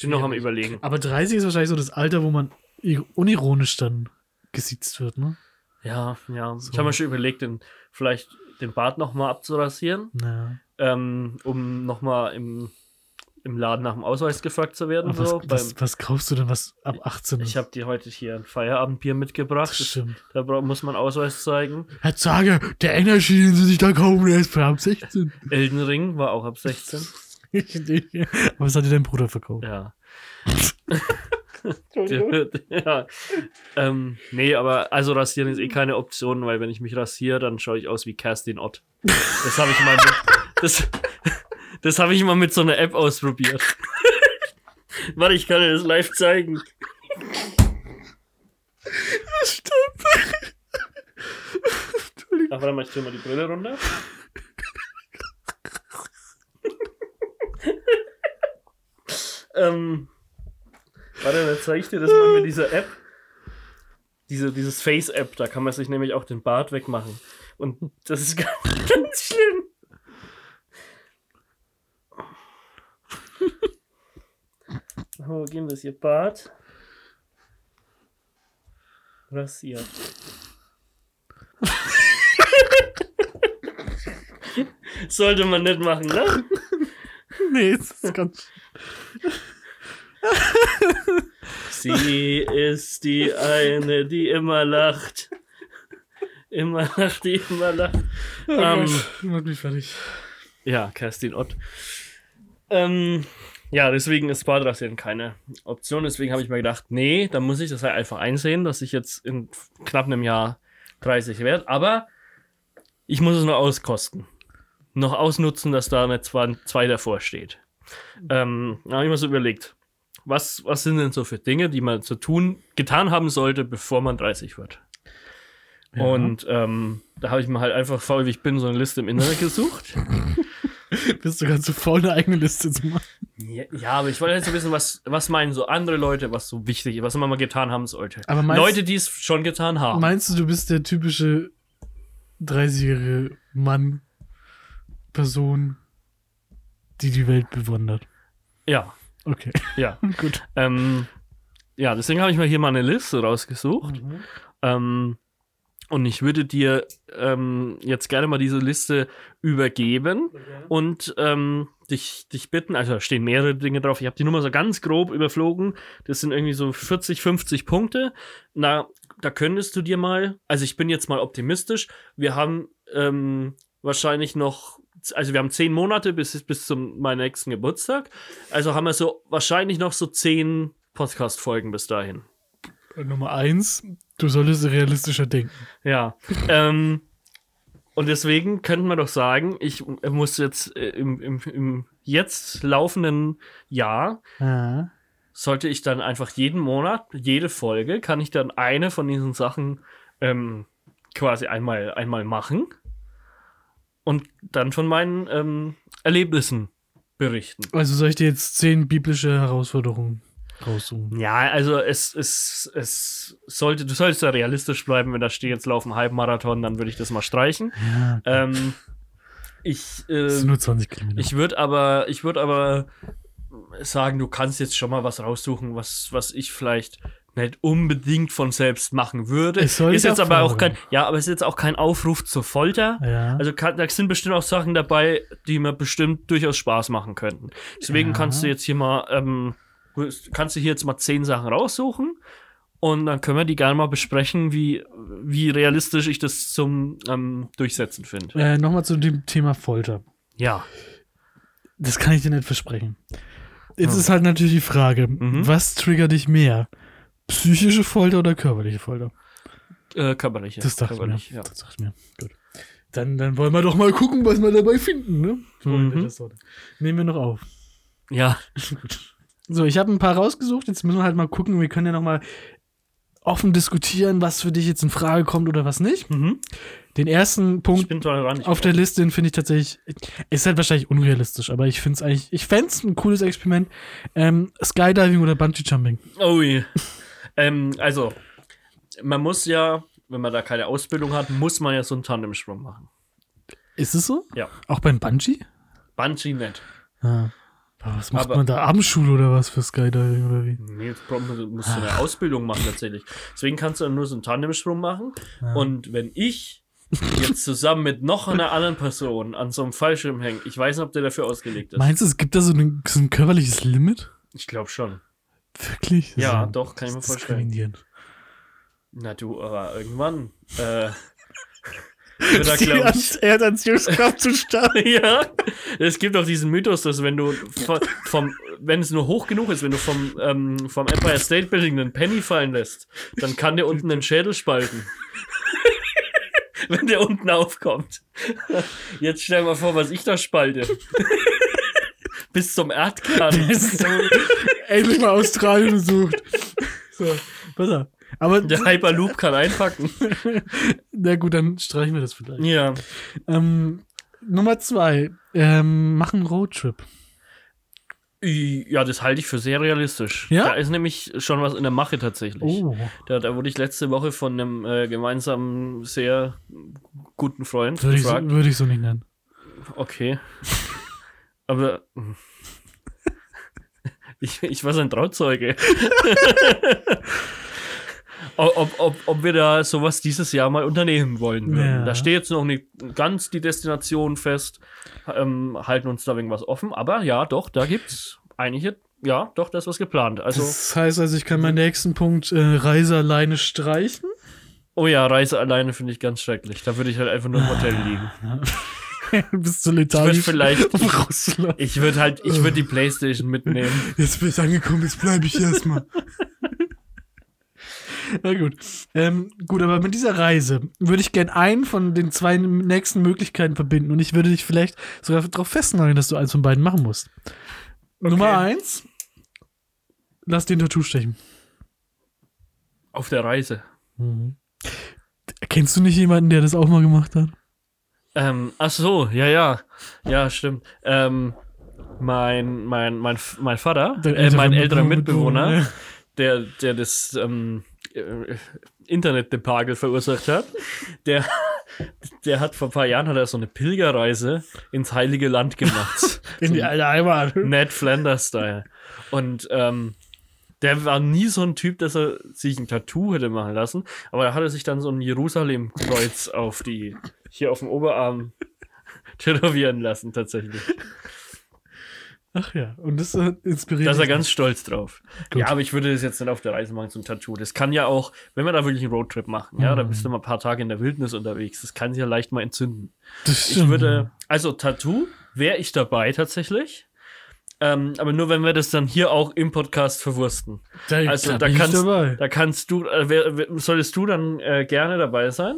Speaker 1: bin noch am überlegen.
Speaker 2: Aber 30 ist wahrscheinlich so das Alter, wo man ir- unironisch dann gesiezt wird, ne?
Speaker 1: Ja, ja.
Speaker 2: So.
Speaker 1: Ich habe mir schon überlegt, den, vielleicht den Bart nochmal abzurasieren,
Speaker 2: Naja.
Speaker 1: ähm, um nochmal im, im Laden nach dem Ausweis gefragt zu werden.
Speaker 2: Aber
Speaker 1: So,
Speaker 2: was,
Speaker 1: beim,
Speaker 2: was, was kaufst du denn, was ab 18 ist?
Speaker 1: ich habe dir heute hier ein Feierabendbier mitgebracht.
Speaker 2: das stimmt.
Speaker 1: Da bra- muss man Ausweis zeigen.
Speaker 2: Herr Zager, der Energy, den Sie sich da kaufen, der ist für ab (laughs) 16.
Speaker 1: Elden Ring war auch ab 16.
Speaker 2: Aber was hat dir dein Bruder verkauft?
Speaker 1: Ja. ja. Ähm, nee, aber also rasieren ist eh keine Option, weil wenn ich mich rasiere, dann schaue ich aus wie Kerstin Ott. Das habe ich mal mit, das, das habe ich mal mit so einer App ausprobiert. (laughs) Warte, ich kann dir das live zeigen. Ach, warte mal, ich tue mal die Brille runter. ähm, warte, dann zeige ich dir das mal mit dieser App. Diese, dieses Face-App, da kann man sich nämlich auch den Bart wegmachen. Und das ist (laughs) ganz, ganz schlimm. (laughs) Wo gehen wir hier? Bart. Rasiert. (laughs) Sollte man nicht machen, ne?
Speaker 2: (laughs) Nee, das ist (laughs) ganz.
Speaker 1: Sie ist die eine, die immer lacht. Immer lacht, die immer lacht.
Speaker 2: Oh
Speaker 1: Ähm.
Speaker 2: Gott, macht mich fertig.
Speaker 1: Ja, Kerstin Ott. Ähm, ja, deswegen ist Badrasieren keine Option. Deswegen habe ich mir gedacht, nee, dann muss ich das halt einfach einsehen, dass ich jetzt in knapp einem Jahr 30 werde. Aber ich muss es noch auskosten. Noch ausnutzen, dass da eine 2 davor steht. Ähm, da habe ich mir so überlegt, was, was sind denn so für Dinge, die man zu tun, getan haben sollte, bevor man 30 wird?
Speaker 2: Ja.
Speaker 1: Und ähm, da habe ich mir halt einfach, faul wie ich bin, so eine Liste im Internet gesucht.
Speaker 2: Bist du ganz so faul, eine eigene Liste zu machen?
Speaker 1: Ja, ja, aber ich wollte jetzt wissen, was, was meinen so andere Leute, was so wichtig ist, was man mal getan haben sollte.
Speaker 2: Aber meinst-
Speaker 1: Leute, die es schon getan haben.
Speaker 2: Meinst du, du bist der typische 30-jährige Mann, Person, die die Welt bewundert?
Speaker 1: ja,
Speaker 2: Okay,
Speaker 1: ja.
Speaker 2: (laughs) gut.
Speaker 1: ähm, ja, deswegen habe ich mir hier mal eine Liste rausgesucht.
Speaker 2: Mhm.
Speaker 1: Ähm, und ich würde dir ähm, jetzt gerne mal diese Liste übergeben und ähm, dich, dich bitten, also da stehen mehrere Dinge drauf. Ich habe die Nummer so ganz grob überflogen. Das sind irgendwie so 40, 50 Punkte. Na, da könntest du dir mal, also ich bin jetzt mal optimistisch, wir haben ähm, wahrscheinlich noch, also wir haben zehn Monate bis, bis zum meinem nächsten Geburtstag. Also haben wir so wahrscheinlich noch so zehn Podcast-Folgen bis dahin.
Speaker 2: Nummer eins, du solltest realistischer denken.
Speaker 1: Ja. ähm, und deswegen könnte man doch sagen, ich äh, muss jetzt äh, im, im, im jetzt laufenden Jahr sollte ich dann einfach jeden Monat, jede Folge, kann ich dann eine von diesen Sachen ähm, quasi einmal, einmal machen und dann von meinen ähm, Erlebnissen berichten.
Speaker 2: Also soll ich dir jetzt zehn biblische Herausforderungen raussuchen?
Speaker 1: Ja, also es, es, es sollte, du solltest da realistisch bleiben, wenn da steht, jetzt laufen Halbmarathon, dann würde ich das mal streichen.
Speaker 2: Ja. (laughs)
Speaker 1: Ähm, ich,
Speaker 2: Das
Speaker 1: äh,
Speaker 2: sind nur 20 Kilometer.
Speaker 1: ich würde aber, ich würde aber sagen, du kannst jetzt schon mal was raussuchen, was, was ich vielleicht nicht unbedingt von selbst machen würde.
Speaker 2: Es soll
Speaker 1: ist
Speaker 2: ja
Speaker 1: jetzt aber auch
Speaker 2: vorkommen.
Speaker 1: kein, ja, aber ist jetzt auch kein Aufruf zur Folter.
Speaker 2: ja.
Speaker 1: Also kann, da sind bestimmt auch Sachen dabei, die mir bestimmt durchaus Spaß machen könnten. Deswegen
Speaker 2: Ja.
Speaker 1: kannst du jetzt hier mal, ähm, kannst du hier jetzt mal zehn Sachen raussuchen und dann können wir die gerne mal besprechen, wie, wie realistisch ich das zum ähm, Durchsetzen finde.
Speaker 2: äh, Nochmal zu dem Thema Folter.
Speaker 1: Ja.
Speaker 2: Das kann ich dir nicht versprechen. Jetzt ist halt natürlich die Frage,
Speaker 1: Hm. Mhm.
Speaker 2: was triggert dich mehr? Psychische Folter oder körperliche Folter?
Speaker 1: Äh, körperlich. ja.
Speaker 2: das dachte ich mir.
Speaker 1: körperlich, ja.
Speaker 2: Das dachte ich mir. Gut. Dann, dann wollen wir doch mal gucken, was wir dabei finden, ne? Freunde
Speaker 1: Mhm.
Speaker 2: der Sonne. Nehmen wir noch auf.
Speaker 1: ja.
Speaker 2: So, ich habe ein paar rausgesucht. Jetzt müssen wir halt mal gucken. Wir können ja noch mal offen diskutieren, was für dich jetzt in Frage kommt oder was nicht.
Speaker 1: Mhm.
Speaker 2: Den ersten
Speaker 1: Ich
Speaker 2: Punkt
Speaker 1: bin tolerant. Ich
Speaker 2: auf der Liste, den finde ich tatsächlich, ist halt wahrscheinlich unrealistisch, aber ich finde es eigentlich, ich fände es ein cooles Experiment. Ähm, Skydiving oder Bungee Jumping.
Speaker 1: Oh je. ähm, also, man muss ja, wenn man da keine Ausbildung hat, muss man ja so einen Tandemsprung machen.
Speaker 2: Ist es so?
Speaker 1: Ja.
Speaker 2: Auch beim Bungee?
Speaker 1: Bungee nicht.
Speaker 2: Ja. Aber was macht
Speaker 1: Aber-
Speaker 2: man da? Abendschule oder was für Skydiving oder wie?
Speaker 1: Nee, jetzt braucht man- musst du
Speaker 2: Ah.
Speaker 1: eine Ausbildung machen tatsächlich. Deswegen kannst du dann nur so einen Tandemsprung machen.
Speaker 2: Ah.
Speaker 1: Und wenn ich jetzt zusammen mit noch einer anderen Person an so einem Fallschirm hänge, ich weiß nicht, ob der dafür ausgelegt ist.
Speaker 2: Meinst du, es gibt da so ein, so ein körperliches Limit?
Speaker 1: ich glaube schon.
Speaker 2: Wirklich? Das
Speaker 1: Ja,
Speaker 2: ist-
Speaker 1: doch, kann ich mir
Speaker 2: das ist
Speaker 1: vorstellen.
Speaker 2: diskriminierend.
Speaker 1: Na du, aber irgendwann.
Speaker 2: (laughs)
Speaker 1: Äh, wird er, glaub ich,
Speaker 2: Er hat (laughs) Anziehungskraft zu stark.
Speaker 1: (laughs) Ja, es gibt auch diesen Mythos, dass wenn du von, vom, wenn es nur hoch genug ist, wenn du vom, ähm, vom Empire State Building einen Penny fallen lässt, dann kann der unten den Schädel
Speaker 2: (laughs)
Speaker 1: spalten. wenn der unten aufkommt. Jetzt stell mal vor, was ich da
Speaker 2: (laughs)
Speaker 1: spalte. Bis zum Erdkern.
Speaker 2: Endlich mal Australien besucht. So, besser.
Speaker 1: (laughs)
Speaker 2: Aber
Speaker 1: Der Hyperloop kann einpacken.
Speaker 2: na gut, dann streichen wir das vielleicht.
Speaker 1: Ja.
Speaker 2: Ähm, Nummer zwei. Ähm, mach einen Roadtrip.
Speaker 1: Ja, das halte ich für sehr realistisch.
Speaker 2: Ja?
Speaker 1: Da ist nämlich schon was in der Mache tatsächlich.
Speaker 2: Oh.
Speaker 1: Da, da wurde ich letzte Woche von einem äh, gemeinsamen, sehr guten Freund
Speaker 2: Würde ich, so,
Speaker 1: gefragt.
Speaker 2: würde ich so nicht nennen.
Speaker 1: Okay. Aber. Ich, ich war sein Trauzeuge. (laughs) ob, ob- ob, ob wir da sowas dieses Jahr mal unternehmen wollen würden.
Speaker 2: Ja.
Speaker 1: Da steht jetzt noch nicht ganz die Destination fest, ähm, halten uns da irgendwas offen. Aber ja, doch, da gibt's einige. Ja, doch, da ist was geplant. Also,
Speaker 2: Das heißt also, ich kann meinen nächsten Punkt äh, Reise alleine streichen. (laughs)
Speaker 1: oh ja, Reise alleine finde ich ganz schrecklich. Da würde ich halt einfach nur im Hotel
Speaker 2: Ah.
Speaker 1: liegen.
Speaker 2: Bis zu
Speaker 1: Ich würde
Speaker 2: lethargisch.
Speaker 1: vielleicht.
Speaker 2: auf (laughs) Russland.
Speaker 1: Ich würde halt, ich würde die Playstation mitnehmen.
Speaker 2: Jetzt bin ich angekommen, jetzt bleibe ich erstmal. (laughs) Na gut. Ähm, gut, aber mit dieser Reise würde ich gern einen von den zwei nächsten Möglichkeiten verbinden und ich würde dich vielleicht sogar darauf festnageln, dass du eins von beiden machen musst. Nummer eins, lass den Tattoo stechen.
Speaker 1: Auf der Reise.
Speaker 2: Kennst du nicht jemanden, der das auch mal gemacht hat?
Speaker 1: Ähm, ach so, ja, ja. Ja, stimmt. Ähm, mein, mein, mein, mein Vater,
Speaker 2: Dein
Speaker 1: äh, mein älterer
Speaker 2: älterer
Speaker 1: Mitbewohner,
Speaker 2: Mitbewohner,
Speaker 1: der, der das ähm, äh, Internet-Debakel verursacht hat, der, der hat vor ein paar Jahren hat er so eine Pilgerreise ins Heilige Land gemacht.
Speaker 2: (laughs) In die alte Heimat.
Speaker 1: Ned Flanders-Style. Und ähm, der war nie so ein Typ, dass er sich ein Tattoo hätte machen lassen, aber da hat er sich dann so ein Jerusalem-Kreuz auf die, hier auf dem Oberarm (laughs) tätowieren lassen, tatsächlich.
Speaker 2: Ach ja, und das äh, inspiriert.
Speaker 1: Da ist er
Speaker 2: mich.
Speaker 1: ganz stolz drauf.
Speaker 2: Gut.
Speaker 1: Ja, aber ich würde das jetzt nicht auf der Reise machen zum Tattoo. Das kann ja auch, wenn wir da wirklich einen Roadtrip machen, ja,
Speaker 2: Mhm.
Speaker 1: da bist du mal ein paar Tage in der Wildnis unterwegs. Das kann sich ja leicht mal entzünden.
Speaker 2: Das
Speaker 1: Ich
Speaker 2: stimmt.
Speaker 1: würde, also Tattoo wäre ich dabei tatsächlich. Ähm, aber nur wenn wir das dann hier auch im Podcast verwursten.
Speaker 2: da,
Speaker 1: Also da,
Speaker 2: bin ich
Speaker 1: kannst,
Speaker 2: dabei.
Speaker 1: da kannst du, äh, wer, wer, solltest du dann äh, gerne dabei sein.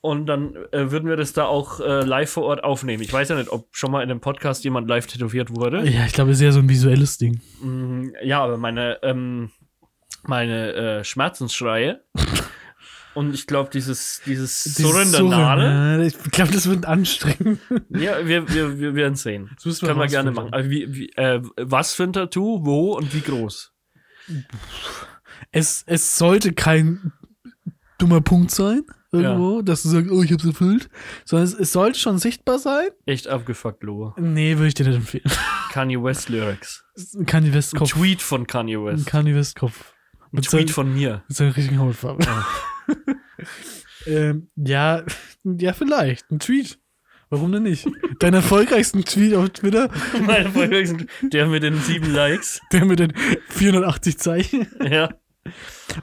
Speaker 1: Und dann äh, würden wir das da auch äh, live vor Ort aufnehmen. Ich weiß ja nicht, ob schon mal in dem Podcast jemand live tätowiert wurde.
Speaker 2: Ja, ich glaube, es ist eher so ein visuelles Ding.
Speaker 1: Mm, Ja, aber meine, ähm, meine äh, Schmerzensschreie und ich glaube, dieses, dieses
Speaker 2: Dieses
Speaker 1: Surrendernale.
Speaker 2: Surrendernale, Ich glaube, das wird anstrengend.
Speaker 1: Ja, wir, wir, wir werden sehen.
Speaker 2: Das müssen wir
Speaker 1: Können wir gerne
Speaker 2: rausfinden.
Speaker 1: machen. Aber wie, wie, äh, was für ein Tattoo, wo und wie groß?
Speaker 2: Es, es sollte kein dummer Punkt sein, irgendwo, dass du sagst, oh, ich hab's erfüllt. Sondern es, es sollte schon sichtbar sein.
Speaker 1: Echt abgefuckt, Lohe.
Speaker 2: Nee, würde ich dir nicht empfehlen.
Speaker 1: Kanye West Lyrics.
Speaker 2: Ein Kanye West
Speaker 1: Ein
Speaker 2: Kopf.
Speaker 1: Tweet von Kanye
Speaker 2: Ein
Speaker 1: West.
Speaker 2: Kanye West Kopf.
Speaker 1: Ein
Speaker 2: Mit
Speaker 1: Tweet
Speaker 2: seinen-
Speaker 1: von mir.
Speaker 2: Mit seiner richtigen Hautfarbe. (laughs) ähm, ja, ja, vielleicht. Ein Tweet. Warum denn nicht? Dein erfolgreichsten Tweet auf Twitter,
Speaker 1: (laughs) Meine Folge der mit den sieben Likes.
Speaker 2: der mit den 480 Zeichen.
Speaker 1: Ja.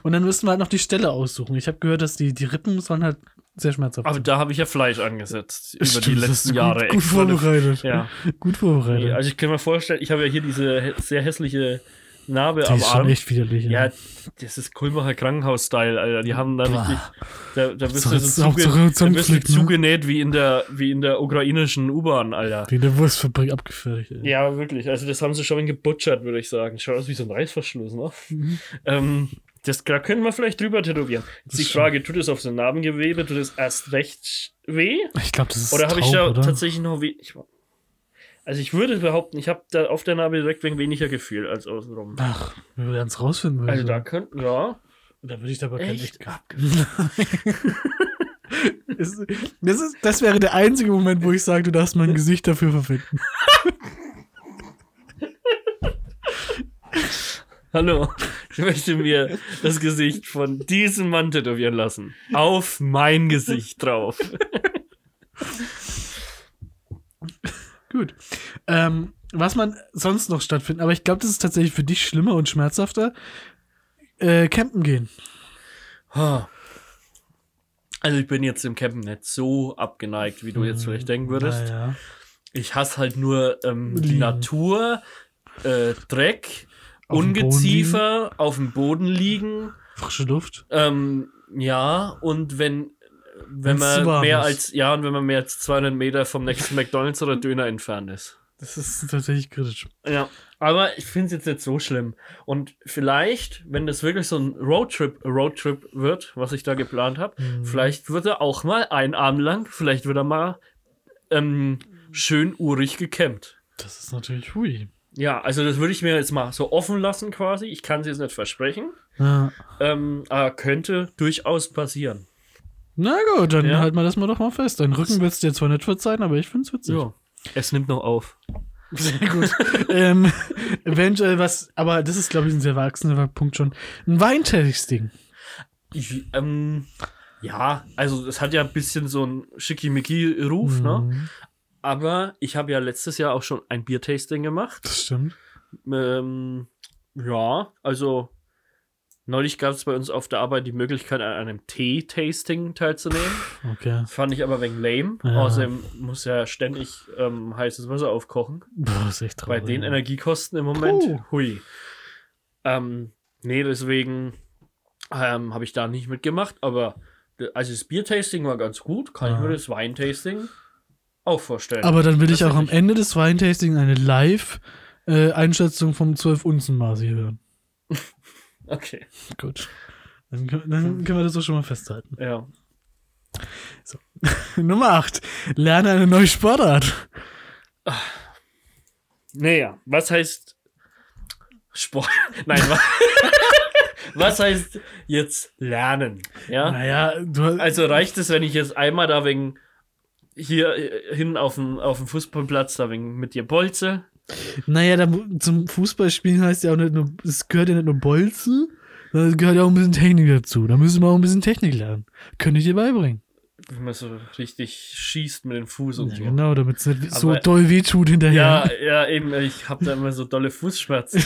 Speaker 2: Und dann müssen wir halt noch die Stelle aussuchen. Ich habe gehört, dass die, die Rippen sollen halt sehr schmerzhaft
Speaker 1: Aber da habe ich ja Fleisch angesetzt. Über die
Speaker 2: Stimmt, das hast
Speaker 1: letzten
Speaker 2: du
Speaker 1: Jahre.
Speaker 2: Gut, gut
Speaker 1: extra eine-
Speaker 2: vorbereitet.
Speaker 1: Ja.
Speaker 2: Gut vorbereitet.
Speaker 1: Nee, Also ich kann mir vorstellen, ich habe ja hier diese hä- sehr hässliche Narbe
Speaker 2: die
Speaker 1: am
Speaker 2: ist schon
Speaker 1: Arm.
Speaker 2: echt widerlich.
Speaker 1: ja, das ist Kulmacher Krankenhaus-Style, Alter. Die haben da
Speaker 2: Boah.
Speaker 1: richtig. Da, da bist
Speaker 2: So,
Speaker 1: du
Speaker 2: jetzt ist
Speaker 1: so
Speaker 2: auch
Speaker 1: zuge
Speaker 2: so
Speaker 1: da bist du
Speaker 2: zusammengeklickt, ne?
Speaker 1: zugenäht wie in der, wie in der ukrainischen U-Bahn, Alter.
Speaker 2: Wie in der Wurstfabrik abgefertigt. ey.
Speaker 1: Ja, wirklich. Also, das haben sie schon gebutschert, würde ich sagen. Schaut aus wie so ein Reißverschluss, ne?
Speaker 2: Mhm.
Speaker 1: Ähm, das, da können wir vielleicht drüber tätowieren. Jetzt die
Speaker 2: stimmt.
Speaker 1: Frage, tut es auf so ein Narbengewebe, tut es erst recht weh?
Speaker 2: Ich glaube, das ist
Speaker 1: Oder habe
Speaker 2: taub,
Speaker 1: ich da
Speaker 2: oder?
Speaker 1: tatsächlich noch weh? Ich, also ich würde behaupten, ich habe da auf der Narbe direkt wegen weniger Gefühl als außenrum.
Speaker 2: Ach, wir werden es rausfinden. würde
Speaker 1: Also
Speaker 2: ich
Speaker 1: da
Speaker 2: sagen.
Speaker 1: könnten, ja.
Speaker 2: Also, da würde ich dabei kein
Speaker 1: Echt?
Speaker 2: Licht Es- Das, ist, das wäre der einzige Moment, wo ich sage, du darfst mein Gesicht
Speaker 1: (laughs)
Speaker 2: dafür verwenden.
Speaker 1: Hallo, ich möchte mir das Gesicht von diesem Mann tätowieren lassen. Auf mein Gesicht drauf.
Speaker 2: Gut. Ähm, was man sonst noch stattfinden, aber ich glaube, das ist tatsächlich für dich schlimmer und schmerzhafter. Äh, campen gehen.
Speaker 1: Ha. Also ich bin jetzt im Campen nicht so abgeneigt, wie du jetzt vielleicht denken würdest.
Speaker 2: Mhm. Naja.
Speaker 1: Ich hasse halt nur ähm, die
Speaker 2: Liegen.
Speaker 1: Natur, äh, Dreck,
Speaker 2: Auf dem Boden
Speaker 1: Ungeziefer, auf dem Boden liegen.
Speaker 2: Frische Luft.
Speaker 1: Ähm, ja, und wenn, wenn
Speaker 2: Wenn's zu
Speaker 1: man
Speaker 2: warm
Speaker 1: mehr
Speaker 2: ist.
Speaker 1: als, ja, und wenn man mehr als 200 Meter vom nächsten McDonalds oder Döner entfernt ist.
Speaker 2: Das ist tatsächlich kritisch.
Speaker 1: Ja, aber ich finde es jetzt nicht so schlimm. Und vielleicht, wenn das wirklich so ein Roadtrip, Roadtrip wird, was ich da geplant habe, vielleicht wird er auch mal einen Abend lang, vielleicht wird er mal ähm, schön urig gekämmt.
Speaker 2: Das ist natürlich hui.
Speaker 1: Ja, also das würde ich mir jetzt mal so offen lassen quasi. Ich kann es jetzt nicht versprechen,
Speaker 2: Ja.
Speaker 1: ähm, aber könnte durchaus passieren.
Speaker 2: Na gut, dann
Speaker 1: Ja.
Speaker 2: halten wir das mal doch mal fest. Dein Rücken wird es dir zwar nicht verzeihen, aber ich finde es witzig.
Speaker 1: Ja. Es nimmt noch auf.
Speaker 2: (laughs) Sehr gut. ähm, eventuell was, aber das ist, glaube ich, ein sehr erwachsener Punkt schon. Ein Weintasting.
Speaker 1: Ich, ähm, ja, also es hat ja ein bisschen so einen Schickimicki-Ruf, ne?
Speaker 2: Mhm.
Speaker 1: Aber ich habe ja letztes Jahr auch schon ein Biertasting gemacht.
Speaker 2: Das stimmt.
Speaker 1: Ähm, ja, also neulich gab es bei uns auf der Arbeit die Möglichkeit, an einem Tee-Tasting teilzunehmen.
Speaker 2: (laughs) Okay.
Speaker 1: Das fand ich aber wegen lame.
Speaker 2: Ja.
Speaker 1: Außerdem muss ja ständig ähm, heißes Wasser aufkochen.
Speaker 2: Boah, ist echt
Speaker 1: Bei
Speaker 2: traurig.
Speaker 1: den Energiekosten im Moment,
Speaker 2: Puh.
Speaker 1: hui. Ähm, nee, deswegen ähm, habe ich da nicht mitgemacht, aber d- also das Biertasting war ganz gut, kann ich
Speaker 2: Ja.
Speaker 1: mir das Weintasting auch vorstellen.
Speaker 2: Aber dann will ich auch am
Speaker 1: Tatsächlich.
Speaker 2: Ende des Weintastings eine Live-Einschätzung vom 12-Unzen-Maß hier hören.
Speaker 1: okay,
Speaker 2: Gut. Dann, können- dann können wir das doch schon mal festhalten. (laughs)
Speaker 1: ja.
Speaker 2: Nummer 8. Lerne eine neue Sportart.
Speaker 1: Naja, was heißt Sport? (laughs) Nein, was, was heißt jetzt lernen? Ja,
Speaker 2: Naja, du
Speaker 1: also reicht es, wenn ich jetzt einmal da wegen hier äh, hin auf dem, auf dem Fußballplatz da wegen mit dir bolze?
Speaker 2: Naja, da, mu- zum Fußballspielen heißt ja auch nicht nur, es gehört ja nicht nur Bolzen, sondern es gehört ja auch ein bisschen Technik dazu. Da müssen wir auch ein bisschen Technik lernen. Könnte ich dir beibringen.
Speaker 1: Wenn man so richtig schießt mit dem Fuß und
Speaker 2: Ja,
Speaker 1: so.
Speaker 2: genau, damit es nicht so
Speaker 1: Aber-
Speaker 2: doll wehtut hinterher. (laughs)
Speaker 1: Ja, ja, eben, ich habe da immer so dolle Fußschmerzen.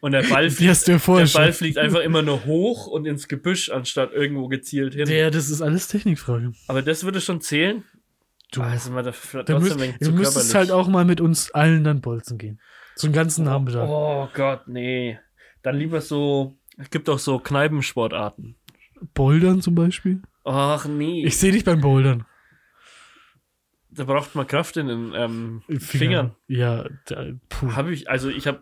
Speaker 1: Und der Ball,
Speaker 2: die
Speaker 1: fliegt,
Speaker 2: hast du ja
Speaker 1: der
Speaker 2: vorher
Speaker 1: Ball
Speaker 2: schon.
Speaker 1: fliegt einfach immer nur hoch und ins Gebüsch, anstatt irgendwo gezielt hin.
Speaker 2: Ja, das ist alles Technikfrage.
Speaker 1: Aber das würde schon zählen. Du hast immer da
Speaker 2: Ah, Da
Speaker 1: trotzdem
Speaker 2: müsst,
Speaker 1: ein wenig
Speaker 2: du
Speaker 1: zu
Speaker 2: müsstest
Speaker 1: körperlich.
Speaker 2: halt auch mal mit uns allen dann Bolzen gehen. So einen ganzen Nachmittag.
Speaker 1: Oh Gott, nee. Dann lieber so. Es gibt auch so Kneipensportarten.
Speaker 2: Bouldern zum Beispiel.
Speaker 1: Ach nee,
Speaker 2: Ich sehe dich beim Bouldern.
Speaker 1: da braucht man Kraft in den ähm, Fingern.
Speaker 2: Ja, da, puh.
Speaker 1: Habe ich, also ich habe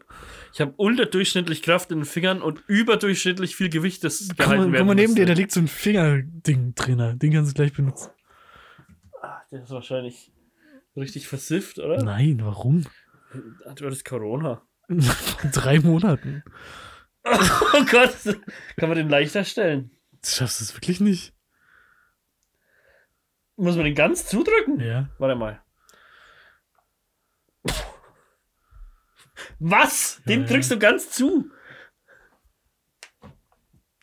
Speaker 1: ich hab unterdurchschnittlich Kraft in den Fingern und überdurchschnittlich viel Gewicht, das
Speaker 2: Guck mal,
Speaker 1: gehalten
Speaker 2: guck
Speaker 1: werden
Speaker 2: mal neben dir, da
Speaker 1: musste.
Speaker 2: liegt so ein Fingerding drin. Den kannst du gleich benutzen.
Speaker 1: Ah, der ist wahrscheinlich richtig versifft, oder?
Speaker 2: Nein, warum?
Speaker 1: Ah, Du hattest Corona. (laughs)
Speaker 2: Vor drei Monaten.
Speaker 1: Oh Gott, (laughs) kann man den leichter stellen?
Speaker 2: Du schaffst es wirklich nicht.
Speaker 1: Muss man den ganz zudrücken?
Speaker 2: Ja.
Speaker 1: Warte mal. Was? Den
Speaker 2: Ja, ja.
Speaker 1: drückst du ganz zu?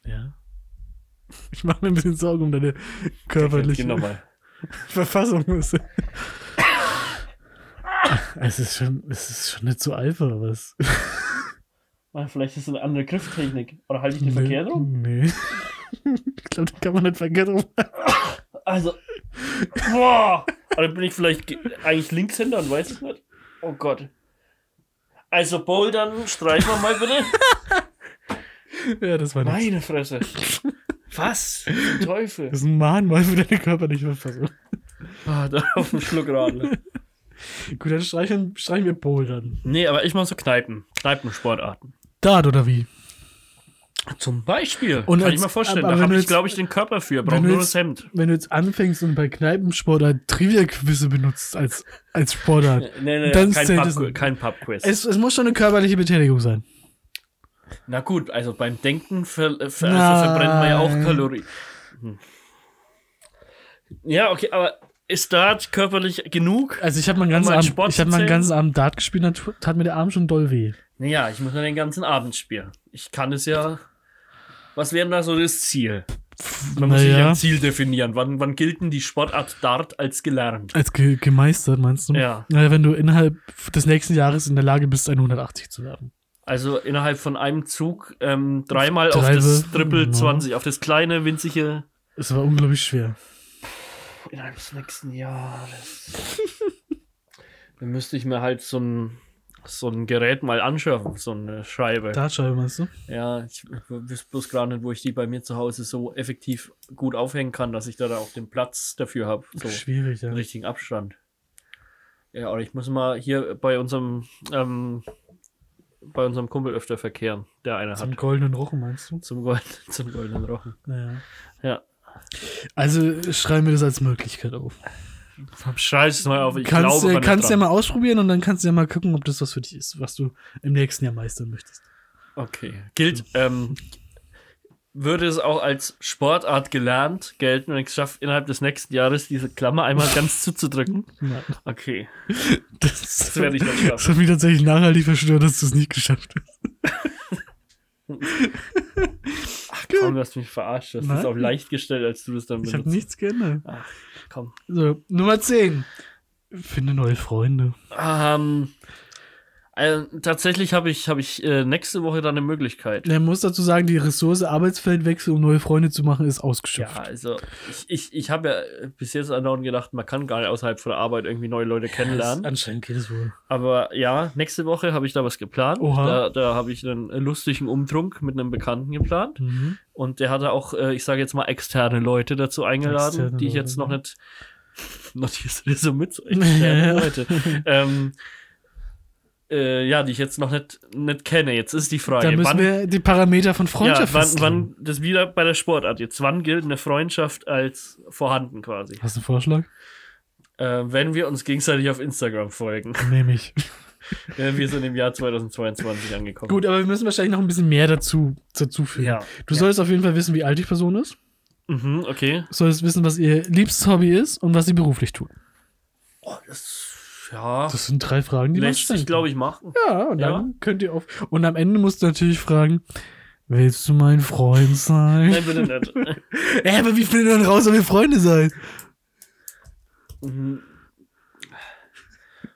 Speaker 2: Ja. Ich mache mir ein bisschen Sorgen um deine körperliche
Speaker 1: Geh nochmal.
Speaker 2: Verfassung. es ist schon, es ist schon nicht so einfach, aber es.
Speaker 1: Ah, Vielleicht ist es eine andere Grifftechnik. Oder halte ich den
Speaker 2: (laughs) Nee,
Speaker 1: verkehrt rum?
Speaker 2: Nee. ich glaube, den kann man nicht verkehrt rum.
Speaker 1: Also. Boah! Oder bin ich vielleicht ge- eigentlich Linkshänder und weiß es nicht? Oh Gott. Also Bouldern, streich mal, mal (laughs) bitte.
Speaker 2: Ja, das war nicht.
Speaker 1: Meine Fresse. Was? Zum Teufel.
Speaker 2: Das ist ein Mahnmal für deine körperliche Verfassung.
Speaker 1: Ah, da auf dem Schluck Radler.
Speaker 2: Gut, dann streichen, streichen wir Bouldern.
Speaker 1: Nee, aber ich mache so Kneipen. Kneipensportarten.
Speaker 2: Dart oder wie?
Speaker 1: Zum Beispiel.
Speaker 2: Und
Speaker 1: Kann
Speaker 2: als-
Speaker 1: ich mir vorstellen.
Speaker 2: aber
Speaker 1: da
Speaker 2: wenn
Speaker 1: habe
Speaker 2: du
Speaker 1: ich,
Speaker 2: jetzt-
Speaker 1: glaube ich, den Körper für.
Speaker 2: wenn
Speaker 1: Brauche
Speaker 2: du
Speaker 1: nur
Speaker 2: jetzt-
Speaker 1: das Hemd.
Speaker 2: Wenn du jetzt anfängst und bei Kneipensportart Trivia-Quizze benutzt als, als Sportart.
Speaker 1: (laughs) Nee, nee,
Speaker 2: Dann
Speaker 1: kein,
Speaker 2: zählt
Speaker 1: Pub,
Speaker 2: es nicht.
Speaker 1: kein Pub-Quiz.
Speaker 2: Es, es muss schon eine körperliche Betätigung sein.
Speaker 1: Na gut, also beim Denken ver ver
Speaker 2: Nein.
Speaker 1: also verbrennt man ja auch Kalorien. Hm. Ja, okay, aber ist Dart körperlich genug?
Speaker 2: Also ich habe meinen ganzen
Speaker 1: Mal
Speaker 2: Abend,
Speaker 1: Um Sport
Speaker 2: ich habe meinen
Speaker 1: zählen?
Speaker 2: ganzen Abend Dart gespielt, dann tu- tat mir der Arm schon doll weh.
Speaker 1: Naja, ich muss ja den ganzen Abend spielen. Ich kann es ja. Was wäre denn da so das Ziel? Man muss sich ja
Speaker 2: Naja.
Speaker 1: ein Ziel definieren. Wann, wann gilt denn die Sportart Dart als gelernt?
Speaker 2: Als ge gemeistert meinst du?
Speaker 1: Ja.
Speaker 2: Naja, wenn du innerhalb des nächsten Jahres in der Lage bist, 180 zu werfen.
Speaker 1: Also innerhalb von einem Zug ähm, dreimal auf
Speaker 2: Drei genau.
Speaker 1: das
Speaker 2: Würfe,
Speaker 1: Triple
Speaker 2: ja.
Speaker 1: 20, auf das kleine, winzige.
Speaker 2: Es war unglaublich schwer.
Speaker 1: Innerhalb des nächsten Jahres. (laughs) Dann müsste ich mir halt so ein, so ein Gerät mal anschaffen, so eine Scheibe.
Speaker 2: Dartscheibe meinst du?
Speaker 1: Ja, ich wüsste bloß gerade nicht, wo ich die bei mir zu Hause so effektiv gut aufhängen kann, dass ich da, da auch den Platz dafür habe. So
Speaker 2: Schwierig, ja.
Speaker 1: den richtigen Abstand. Ja, aber ich muss mal hier bei unserem, ähm, bei unserem Kumpel öfter verkehren, der eine
Speaker 2: Zum
Speaker 1: hat.
Speaker 2: goldenen Rochen meinst du?
Speaker 1: Zum, Gold, (laughs) zum goldenen Rochen.
Speaker 2: Naja.
Speaker 1: Ja.
Speaker 2: Also schreiben wir das als Möglichkeit auf.
Speaker 1: Schreib es mal auf, ich
Speaker 2: kannst
Speaker 1: glaube
Speaker 2: äh,
Speaker 1: man
Speaker 2: kannst ja
Speaker 1: dran.
Speaker 2: mal ausprobieren und dann kannst du ja mal gucken, ob das was für dich ist, was du im nächsten Jahr meistern möchtest.
Speaker 1: Okay. Gilt, ähm, würde es auch als Sportart gelernt gelten, wenn ich es schaffe, innerhalb des nächsten Jahres diese Klammer einmal ganz zuzudrücken?
Speaker 2: Nein.
Speaker 1: Okay.
Speaker 2: Das,
Speaker 1: werde ich nicht schaffen.
Speaker 2: Das hat mich tatsächlich nachhaltig verstört, dass du es nicht geschafft hast. Ach,
Speaker 1: Komm, du hast mich verarscht. Das ist
Speaker 2: Nein.
Speaker 1: auch leicht gestellt, als du das dann
Speaker 2: Ich habe
Speaker 1: benutzt. Ah,
Speaker 2: nichts geändert.
Speaker 1: Komm.
Speaker 2: So, Nummer 10. Finde neue Freunde.
Speaker 1: Ähm, äh, tatsächlich habe ich, hab ich äh, nächste Woche dann eine Möglichkeit.
Speaker 2: Man muss dazu sagen, die Ressource Arbeitsfeldwechsel, um neue Freunde zu machen, ist
Speaker 1: Ja,
Speaker 2: ausgeschöpft.
Speaker 1: also ich, ich, ich habe ja bis jetzt andauernd gedacht, man kann gar nicht außerhalb von der Arbeit irgendwie neue Leute kennenlernen.
Speaker 2: Anscheinend geht es wohl.
Speaker 1: Aber ja, nächste Woche habe ich da was geplant.
Speaker 2: Oha.
Speaker 1: Da, da habe ich einen lustigen Umtrunk mit einem Bekannten geplant.
Speaker 2: Mhm.
Speaker 1: Und der hatte auch, äh, ich sage jetzt mal, externe Leute dazu eingeladen,
Speaker 2: Externe
Speaker 1: die ich
Speaker 2: Leute,
Speaker 1: jetzt noch
Speaker 2: ja.
Speaker 1: nicht. (laughs) Notierst du dir so
Speaker 2: (laughs)
Speaker 1: mit? So externe
Speaker 2: Ja.
Speaker 1: Leute. Ähm, äh, ja, die ich jetzt noch nicht, nicht kenne. Jetzt ist die Frage,
Speaker 2: Da müssen
Speaker 1: wann,
Speaker 2: wir die Parameter von
Speaker 1: ja,
Speaker 2: Freundschaft
Speaker 1: wann, wann,
Speaker 2: festlegen.
Speaker 1: das wieder bei der Sportart jetzt, wann gilt eine Freundschaft als vorhanden quasi?
Speaker 2: Hast du einen Vorschlag?
Speaker 1: Äh, wenn wir uns gegenseitig auf Instagram
Speaker 2: (laughs)
Speaker 1: folgen.
Speaker 2: Nehme ich.
Speaker 1: Äh, wir sind im Jahr 2022 angekommen.
Speaker 2: Gut, aber wir müssen wahrscheinlich noch ein bisschen mehr dazu, dazu fügen.
Speaker 1: Ja.
Speaker 2: Du solltest auf jeden Fall wissen, wie alt die Person ist.
Speaker 1: Mhm, okay.
Speaker 2: Du solltest wissen, was ihr liebstes Hobby ist und was sie beruflich tut.
Speaker 1: Oh, Das, ja,
Speaker 2: Das sind drei Fragen, die man
Speaker 1: lässt sich,
Speaker 2: stellen
Speaker 1: glaube ich,
Speaker 2: (laughs)
Speaker 1: machen.
Speaker 2: kann. Ja, und
Speaker 1: Ja.
Speaker 2: dann könnt ihr auf. Und am Ende musst du natürlich fragen, willst du mein Freund sein?
Speaker 1: Nein, bitte nicht.
Speaker 2: Hä, aber wie findet ihr denn raus, ob ihr Freunde seid?
Speaker 1: Mhm.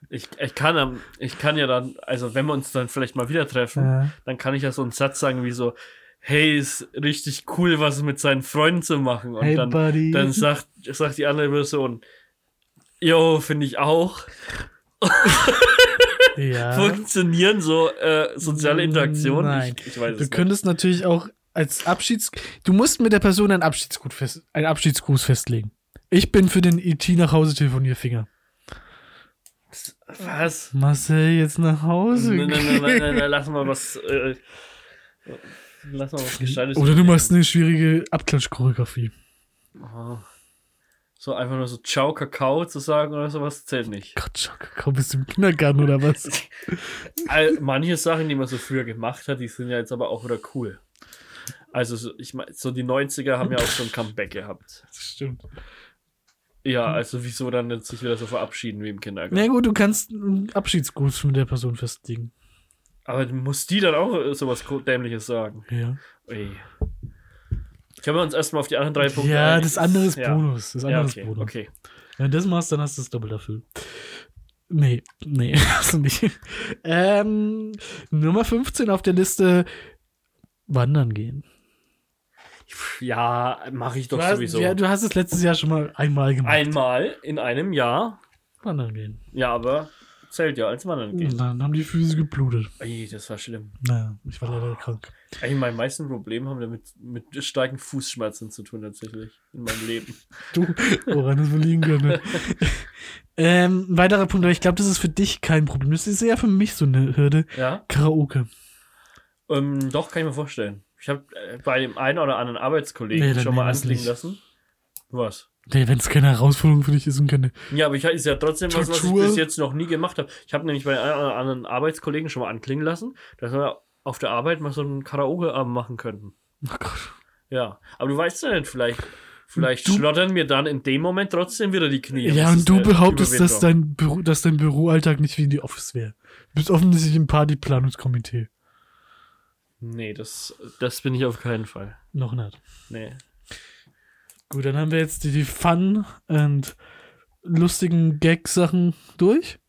Speaker 1: ich, ich, kann, am- ich kann ja dann, also wenn wir uns dann vielleicht mal wieder treffen,
Speaker 2: Ja.
Speaker 1: dann kann ich ja so einen Satz sagen wie so, hey, ist richtig cool, was mit seinen Freunden zu machen. Und
Speaker 2: Hey,
Speaker 1: dann,
Speaker 2: Buddy.
Speaker 1: dann
Speaker 2: (laughs)
Speaker 1: sagt, sagt die andere Person, yo, finde ich auch.
Speaker 2: ja.
Speaker 1: (laughs) Funktionieren so äh, soziale Interaktionen?
Speaker 2: Nein.
Speaker 1: Ich, ich weiß
Speaker 2: Du
Speaker 1: es nicht.
Speaker 2: könntest natürlich auch als Abschieds. Du musst mit der Person einen, Abschiedsgut fest, einen Abschiedsgruß festlegen. Ich bin für den IT nach Hause Telefonierfinger.
Speaker 1: Was?
Speaker 2: Marcel, jetzt nach Hause.
Speaker 1: Nein, nein, nein,
Speaker 2: (laughs)
Speaker 1: nein, nein, nein, lass mal was. Äh, lass mal was Gestaltes.
Speaker 2: Oder du machst eine schwierige Abklatschchoreografie.
Speaker 1: Oh. So einfach nur so Ciao, Kakao zu sagen oder sowas zählt nicht.
Speaker 2: Gott, Schock, komm, bist du im Kindergarten
Speaker 1: (laughs)
Speaker 2: oder was?
Speaker 1: All, manche Sachen, die man so früher gemacht hat, die sind ja jetzt aber auch wieder cool. Also, so, ich meine, so die 90er haben ja auch so ein Comeback gehabt.
Speaker 2: Das stimmt.
Speaker 1: Ja, also wieso dann jetzt sich wieder so verabschieden wie im Kindergarten?
Speaker 2: Na gut, du kannst einen Abschiedsgruß mit der Person festlegen.
Speaker 1: Aber muss die dann auch sowas Gro- Dämliches sagen?
Speaker 2: Ja.
Speaker 1: Ui. Können wir uns erstmal auf die anderen drei Punkte
Speaker 2: Ja,
Speaker 1: einigen?
Speaker 2: das andere ist
Speaker 1: Ja.
Speaker 2: Bonus. Das
Speaker 1: Ja,
Speaker 2: andere ist
Speaker 1: okay,
Speaker 2: Bonus.
Speaker 1: okay.
Speaker 2: Wenn du das machst, dann hast du es doppelt erfüllt. Nee, nee, (laughs) hast du nicht. Ähm, Nummer 15 auf der Liste: Wandern gehen.
Speaker 1: Ja, mache ich doch
Speaker 2: du, hast,
Speaker 1: sowieso.
Speaker 2: Ja, du hast es letztes Jahr schon mal einmal gemacht.
Speaker 1: Einmal in einem Jahr.
Speaker 2: Wandern gehen.
Speaker 1: Ja, aber zählt ja als Wandern gehen.
Speaker 2: Und dann haben die Füße geblutet.
Speaker 1: Ey, das war schlimm.
Speaker 2: Naja, ich war leider krank.
Speaker 1: Eigentlich meine meisten Probleme haben damit mit starken Fußschmerzen zu tun tatsächlich in meinem
Speaker 2: (laughs)
Speaker 1: Leben.
Speaker 2: Du, woran es wohl
Speaker 1: (laughs)
Speaker 2: liegen könnte. ähm, ein weiterer Punkt, aber ich glaube, das ist für dich kein Problem. Das ist eher für mich so eine Hürde.
Speaker 1: Ja,
Speaker 2: Karaoke.
Speaker 1: ähm, doch kann ich mir vorstellen. Ich habe äh, bei dem einen oder anderen Arbeitskollegen
Speaker 2: Nee, dann
Speaker 1: schon mal
Speaker 2: nehmen wir's
Speaker 1: anklingen
Speaker 2: nicht.
Speaker 1: lassen. Was?
Speaker 2: Nee, wenn es keine Herausforderung für dich ist und keine.
Speaker 1: Ja, aber ich ist ja trotzdem was, was ich
Speaker 2: Tortur.
Speaker 1: bis jetzt noch nie gemacht habe. Ich habe nämlich bei einem oder anderen Arbeitskollegen schon mal anklingen lassen, dass wir auf der Arbeit mal so einen Karaoke-Abend machen könnten.
Speaker 2: Ach Oh Gott.
Speaker 1: Ja, aber du weißt ja nicht, vielleicht, vielleicht
Speaker 2: Du-
Speaker 1: schlottern mir dann in dem Moment trotzdem wieder die Knie.
Speaker 2: Ja,
Speaker 1: Das
Speaker 2: und
Speaker 1: ist halt
Speaker 2: du
Speaker 1: eine
Speaker 2: behauptest, dass
Speaker 1: Überwindung.
Speaker 2: dein, Büro, dass dein Büroalltag nicht wie in die Office wäre. Du bist offensichtlich im Partyplanungskomitee.
Speaker 1: Nee, das, das bin ich auf keinen Fall.
Speaker 2: Noch nicht.
Speaker 1: Nee.
Speaker 2: Gut, dann haben wir jetzt die, die Fun und lustigen Gag-Sachen durch.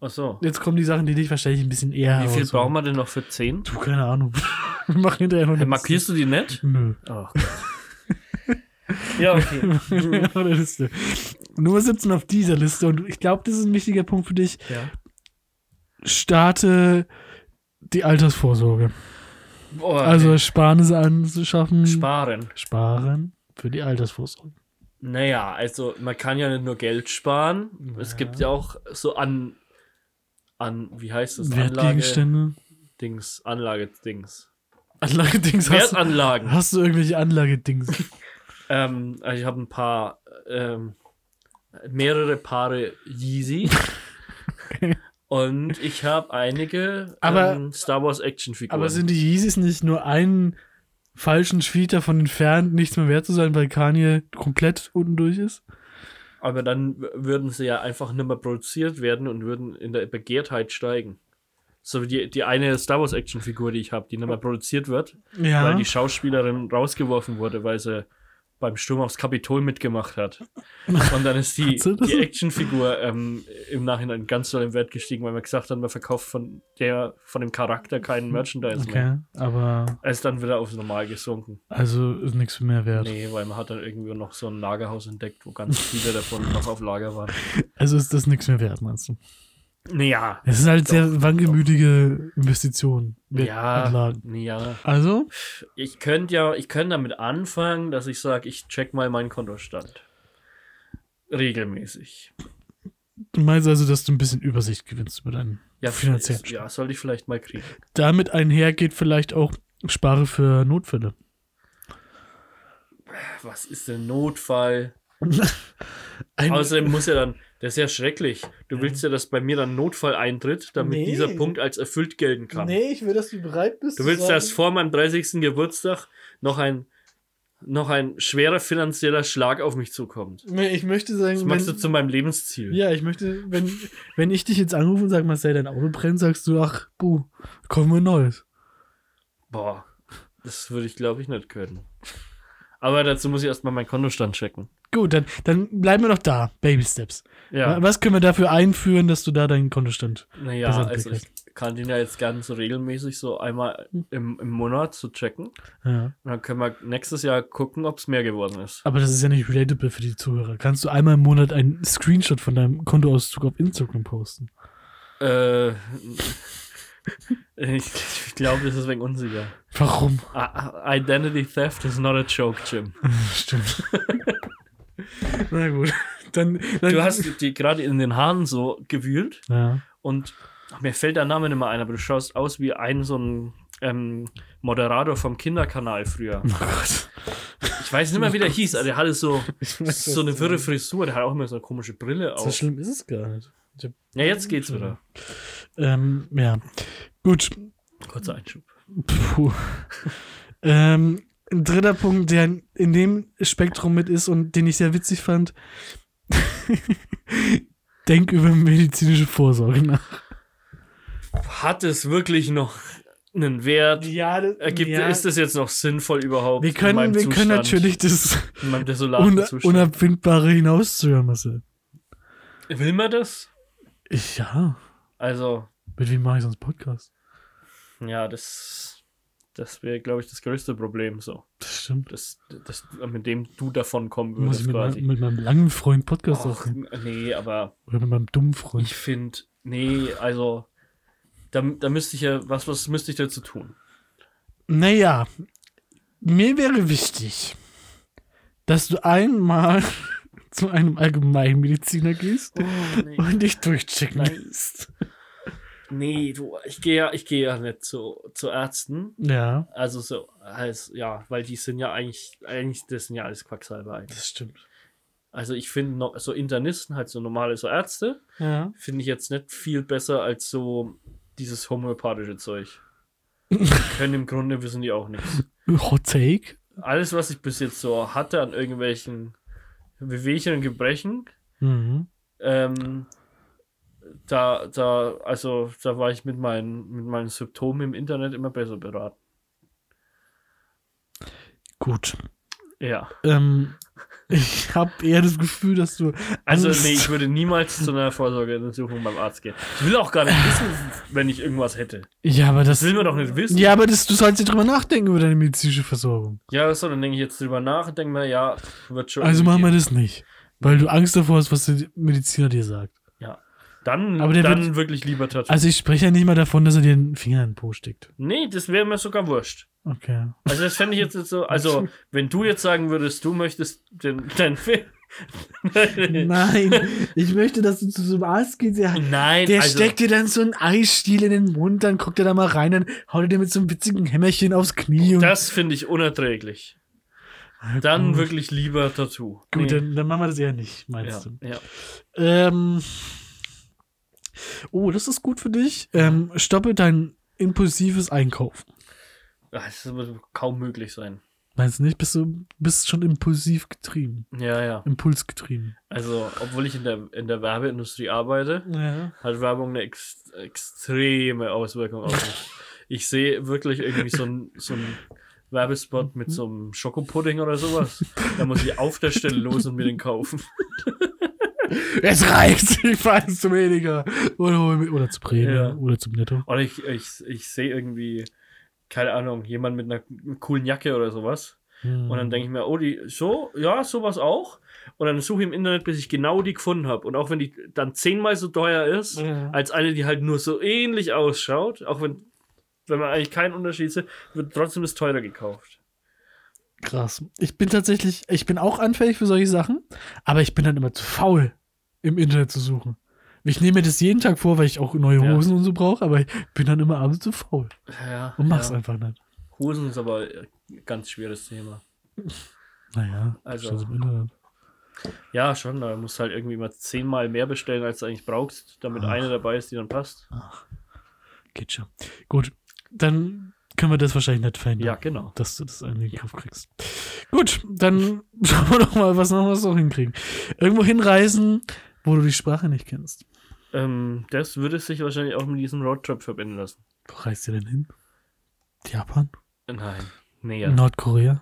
Speaker 1: Achso.
Speaker 2: Jetzt kommen die Sachen, die dich wahrscheinlich ein bisschen eher.
Speaker 1: Wie viel
Speaker 2: herausholen.
Speaker 1: brauchen wir denn noch für 10?
Speaker 2: also. Du, keine Ahnung. (laughs) wir machen hinterher noch
Speaker 1: Hey,
Speaker 2: eine-
Speaker 1: markierst du die nicht?
Speaker 2: Nö.
Speaker 1: Oh,
Speaker 2: (laughs)
Speaker 1: Gott. ja, okay.
Speaker 2: Auf der Liste. Nummer 17 auf dieser Liste und ich glaube, das ist ein wichtiger Punkt für dich.
Speaker 1: Ja.
Speaker 2: Starte die Altersvorsorge.
Speaker 1: Boah,
Speaker 2: Also Ersparnisse anzuschaffen.
Speaker 1: sparen.
Speaker 2: sparen für die Altersvorsorge.
Speaker 1: Naja, also man kann ja nicht nur Geld sparen. Es
Speaker 2: Ja.
Speaker 1: gibt ja auch so an, an wie heißt das? Anlage,
Speaker 2: Wertgegenstände.
Speaker 1: Dings, Anlage, Dings.
Speaker 2: Anlagedings hast, du-
Speaker 1: Wertanlagen.
Speaker 2: hast du
Speaker 1: (laughs)
Speaker 2: irgendwelche Anlagedings?
Speaker 1: Ähm, also ich habe ein paar, ähm, mehrere Paare
Speaker 2: (laughs)
Speaker 1: Yeezy. und ich habe einige
Speaker 2: Aber-
Speaker 1: ähm, Star Wars Actionfiguren.
Speaker 2: Aber sind die Yeezys nicht nur einen falschen Tweet davon entfernt, nichts mehr wert zu sein, weil Kanye komplett unten durch ist?
Speaker 1: Aber dann w- würden sie ja einfach nicht mehr produziert werden und würden in der Begehrtheit steigen. So wie die, die eine Star Wars Actionfigur, die ich habe, die nicht mehr
Speaker 2: Oh.
Speaker 1: produziert wird,
Speaker 2: Ja.
Speaker 1: weil die Schauspielerin rausgeworfen wurde, weil sie beim Sturm aufs Kapitol mitgemacht hat. Und dann ist die,
Speaker 2: Hat sie das?
Speaker 1: die Actionfigur ähm, im Nachhinein ganz doll im Wert gestiegen, weil man gesagt hat, man verkauft von der, von dem Charakter keinen Merchandise mehr.
Speaker 2: okay, aber
Speaker 1: Er ist dann wieder aufs Normal gesunken.
Speaker 2: also ist nichts mehr wert.
Speaker 1: Nee, weil man hat dann irgendwie noch so ein Lagerhaus entdeckt, wo ganz viele davon noch auf Lager waren.
Speaker 2: Also ist das nichts mehr wert, meinst du?
Speaker 1: Naja.
Speaker 2: Es ist halt
Speaker 1: Doch,
Speaker 2: sehr wankelmütige Investitionen.
Speaker 1: Ja,
Speaker 2: Wertanlagen.
Speaker 1: ja.
Speaker 2: Also,
Speaker 1: Ich könnte ja, ich könnte damit anfangen, dass ich sage, ich check mal meinen Kontostand. Regelmäßig.
Speaker 2: du meinst also, dass du ein bisschen Übersicht gewinnst über deinen
Speaker 1: Ja,
Speaker 2: finanziellen
Speaker 1: Ja, sollte ich vielleicht mal kriegen.
Speaker 2: damit einher geht vielleicht auch Spare für Notfälle.
Speaker 1: Äh, Was ist denn Notfall? Außerdem muss ja dann, das ist ja schrecklich. Du willst ja, dass bei mir dann Notfall eintritt, damit
Speaker 2: Nee.
Speaker 1: dieser Punkt als erfüllt gelten kann.
Speaker 2: ich will, dass du bereit bist.
Speaker 1: Du willst, dass vor meinem 30. Geburtstag noch ein, noch ein schwerer finanzieller Schlag auf mich zukommt.
Speaker 2: Ich möchte sagen,
Speaker 1: Das machst du zu meinem Lebensziel.
Speaker 2: ja, ich möchte, wenn, wenn ich dich jetzt anrufe und sage, Marcel, dein Auto brennt, sagst du, ach, buh, kommen wir Neues.
Speaker 1: Boah, das würde ich glaube ich nicht können. Aber dazu muss ich erstmal meinen Kontostand checken.
Speaker 2: Gut, dann, dann bleiben wir noch da. Baby Steps.
Speaker 1: Ja,
Speaker 2: Was können wir dafür einführen, dass du da deinen Kontostand?
Speaker 1: naja,
Speaker 2: Besonders
Speaker 1: also ich kann den ja jetzt ganz regelmäßig so einmal im, im Monat so checken. Und
Speaker 2: Ja.
Speaker 1: dann können wir nächstes Jahr gucken, ob es mehr geworden ist.
Speaker 2: Aber das ist ja nicht relatable für die Zuhörer. Kannst du einmal im Monat einen Screenshot von deinem Kontoauszug auf Instagram posten?
Speaker 1: Äh, (laughs) Ich, ich glaube, das ist wegen unsicher.
Speaker 2: Warum?
Speaker 1: I- I- Identity Theft is not a joke, Jim.
Speaker 2: (laughs) Stimmt. (laughs) Na gut. Dann, dann
Speaker 1: Du hast die gerade in den Haaren so gewühlt
Speaker 2: Ja.
Speaker 1: und ach, mir fällt der Name nicht mehr ein, aber du schaust aus wie ein so ein ähm, Moderator vom Kinderkanal früher.
Speaker 2: Oh Gott.
Speaker 1: Ich weiß nicht mehr, wie der hieß, aber der hatte so,
Speaker 2: (laughs) Ich weiß,
Speaker 1: so
Speaker 2: was
Speaker 1: eine
Speaker 2: du
Speaker 1: wirre
Speaker 2: meinst.
Speaker 1: Frisur, der hat auch immer so eine komische Brille
Speaker 2: So
Speaker 1: auf.
Speaker 2: schlimm ist es gar nicht. Ich hab,
Speaker 1: Ja, jetzt geht's wieder.
Speaker 2: ähm, ja. Gut.
Speaker 1: Kurzer Einschub.
Speaker 2: Puh. ähm, ein dritter Punkt, der in dem Spektrum mit ist und den ich sehr witzig fand. (laughs) Denk über medizinische Vorsorge nach.
Speaker 1: Hat es wirklich noch einen Wert?
Speaker 2: Ja, das,
Speaker 1: Ergibt, Ist das jetzt noch sinnvoll überhaupt?
Speaker 2: wir
Speaker 1: in
Speaker 2: können,
Speaker 1: meinem
Speaker 2: wir können
Speaker 1: Zustand?
Speaker 2: natürlich das
Speaker 1: In meinem desolaten
Speaker 2: Un
Speaker 1: Zustand.
Speaker 2: Unabwindbare hinauszögern, Marcel.
Speaker 1: Will man das?
Speaker 2: Ich, ja.
Speaker 1: Also,
Speaker 2: Mit wem mache ich sonst Podcast?
Speaker 1: ja, das, das wäre, glaube ich, das größte Problem so.
Speaker 2: Das stimmt.
Speaker 1: Das, das, mit dem du davon kommen
Speaker 2: Muss
Speaker 1: würdest
Speaker 2: ich mit, meinem-
Speaker 1: quasi.
Speaker 2: mit meinem langen Freund Podcast
Speaker 1: Ach,
Speaker 2: aufnehmen?
Speaker 1: nee, aber
Speaker 2: Oder mit meinem dummen Freund?
Speaker 1: ich finde, nee, also, da, da müsste ich ja, was, was müsste ich dazu tun?
Speaker 2: Naja, mir wäre wichtig, dass du einmal (laughs) zu einem Allgemeinmediziner gehst
Speaker 1: Oh, nee.
Speaker 2: und dich durchchecken
Speaker 1: Nein.
Speaker 2: lässt.
Speaker 1: Nee, du, ich gehe ja, ich gehe ja nicht zu, zu Ärzten.
Speaker 2: Ja,
Speaker 1: Also so, als, ja, weil die sind ja eigentlich, eigentlich, das sind ja alles Quacksalber eigentlich.
Speaker 2: das stimmt.
Speaker 1: Also ich finde no- so Internisten, halt so normale so Ärzte,
Speaker 2: Ja.
Speaker 1: finde ich jetzt nicht viel besser als so dieses homöopathische
Speaker 2: (laughs)
Speaker 1: Zeug. Können im Grunde wissen die auch nichts.
Speaker 2: Hot Take?
Speaker 1: Alles, was ich bis jetzt so hatte an irgendwelchen Wehwehchen und Gebrechen,
Speaker 2: Mhm.
Speaker 1: ähm, da, da, also, da war ich mit meinen, mit meinen Symptomen im Internet immer besser beraten.
Speaker 2: Gut.
Speaker 1: Ja.
Speaker 2: Ähm, ich habe eher das Gefühl, dass du.
Speaker 1: Also,
Speaker 2: Angst-
Speaker 1: nee, ich würde niemals zu einer Vorsorgeuntersuchung beim Arzt gehen. Ich will auch gar nicht wissen, wenn ich irgendwas hätte.
Speaker 2: Ja, aber das.
Speaker 1: Das will man doch nicht wissen.
Speaker 2: Ja, aber das, du sollst ja drüber nachdenken über deine medizinische Versorgung.
Speaker 1: Ja, so, dann denke ich jetzt drüber nach und denke mir, ja, wird schon.
Speaker 2: Also
Speaker 1: irgendwie
Speaker 2: machen wir
Speaker 1: gehen.
Speaker 2: das nicht. Weil du Angst davor hast, was der Mediziner dir sagt.
Speaker 1: Dann,
Speaker 2: Aber der
Speaker 1: dann
Speaker 2: wird-
Speaker 1: wirklich lieber Tattoo.
Speaker 2: Also ich spreche ja nicht mal davon, dass er dir einen Finger in den Po steckt.
Speaker 1: nee, das wäre mir sogar wurscht.
Speaker 2: Okay.
Speaker 1: Also, das fände ich jetzt nicht so. Also, wenn du jetzt sagen würdest, du möchtest den, dein Film.
Speaker 2: Nein, ich möchte, dass du zu so einem Arzt gehst. Der,
Speaker 1: (laughs) Nein,
Speaker 2: der
Speaker 1: also,
Speaker 2: steckt dir dann so einen Eisstiel in den Mund, dann guckt er da mal rein, dann haut er dir mit so einem witzigen Hämmerchen aufs Knie. Und,
Speaker 1: Das finde ich unerträglich.
Speaker 2: Hm.
Speaker 1: Dann wirklich lieber Tattoo.
Speaker 2: gut,
Speaker 1: Nee.
Speaker 2: dann, dann machen wir das eher nicht,
Speaker 1: ja,
Speaker 2: meinst du?
Speaker 1: ja.
Speaker 2: Ähm, oh, das ist gut für dich. Ähm, stoppe dein impulsives Einkaufen.
Speaker 1: Ach, Das wird Ah, kaum möglich sein.
Speaker 2: Meinst du nicht? Bist du bist schon impulsiv getrieben.
Speaker 1: Ja, ja.
Speaker 2: Impulsgetrieben.
Speaker 1: Also, obwohl ich in der, in der Werbeindustrie arbeite,
Speaker 2: Ja.
Speaker 1: hat Werbung eine ex extreme Auswirkung auf mich. Ich sehe wirklich irgendwie so einen so einen Werbespot
Speaker 2: Hm?
Speaker 1: mit so einem Schokopudding oder sowas. Da muss ich auf der Stelle los und mir den kaufen.
Speaker 2: Es reicht, (laughs) ich fahre jetzt zu weniger. Oder, oder zu Bremen
Speaker 1: Ja.
Speaker 2: oder zum Netto.
Speaker 1: Oder ich, ich, ich sehe irgendwie, keine Ahnung, jemand mit einer coolen Jacke oder sowas. Und dann denke ich mir, oh, die, so, ja, sowas auch. Und dann suche ich im Internet, bis ich genau die gefunden habe. Und auch wenn die dann zehnmal so teuer ist,
Speaker 2: Ja.
Speaker 1: als eine, die halt nur so ähnlich ausschaut, auch wenn, wenn man eigentlich keinen Unterschied sieht, wird trotzdem das teurer gekauft.
Speaker 2: Krass. Ich bin tatsächlich, ich bin auch anfällig für solche Sachen, aber ich bin dann immer zu faul, im Internet zu suchen. Ich nehme mir das jeden Tag vor, weil ich auch neue
Speaker 1: Ja.
Speaker 2: Hosen und so brauche, aber ich bin dann immer abends zu faul
Speaker 1: Ja,
Speaker 2: und mach's
Speaker 1: ja.
Speaker 2: einfach nicht.
Speaker 1: Hosen ist aber ein ganz schweres Thema.
Speaker 2: Naja,
Speaker 1: Also-
Speaker 2: steht's im Internet.
Speaker 1: Ja, schon, da musst du halt irgendwie mal zehnmal mehr bestellen, als du eigentlich brauchst, damit eine dabei ist, die dann passt.
Speaker 2: Geht schon. Gut, dann können wir das wahrscheinlich nicht verhindern.
Speaker 1: Ja, genau.
Speaker 2: dass du das in den Griff kriegst. Gut, dann (laughs) schauen wir doch mal, was noch was noch hinkriegen. Irgendwo hinreisen, wo du die Sprache nicht kennst.
Speaker 1: Ähm, das würde sich wahrscheinlich auch mit diesem Roadtrip verbinden lassen.
Speaker 2: Wo reist ihr denn hin? Japan?
Speaker 1: Nein, näher.
Speaker 2: Nordkorea?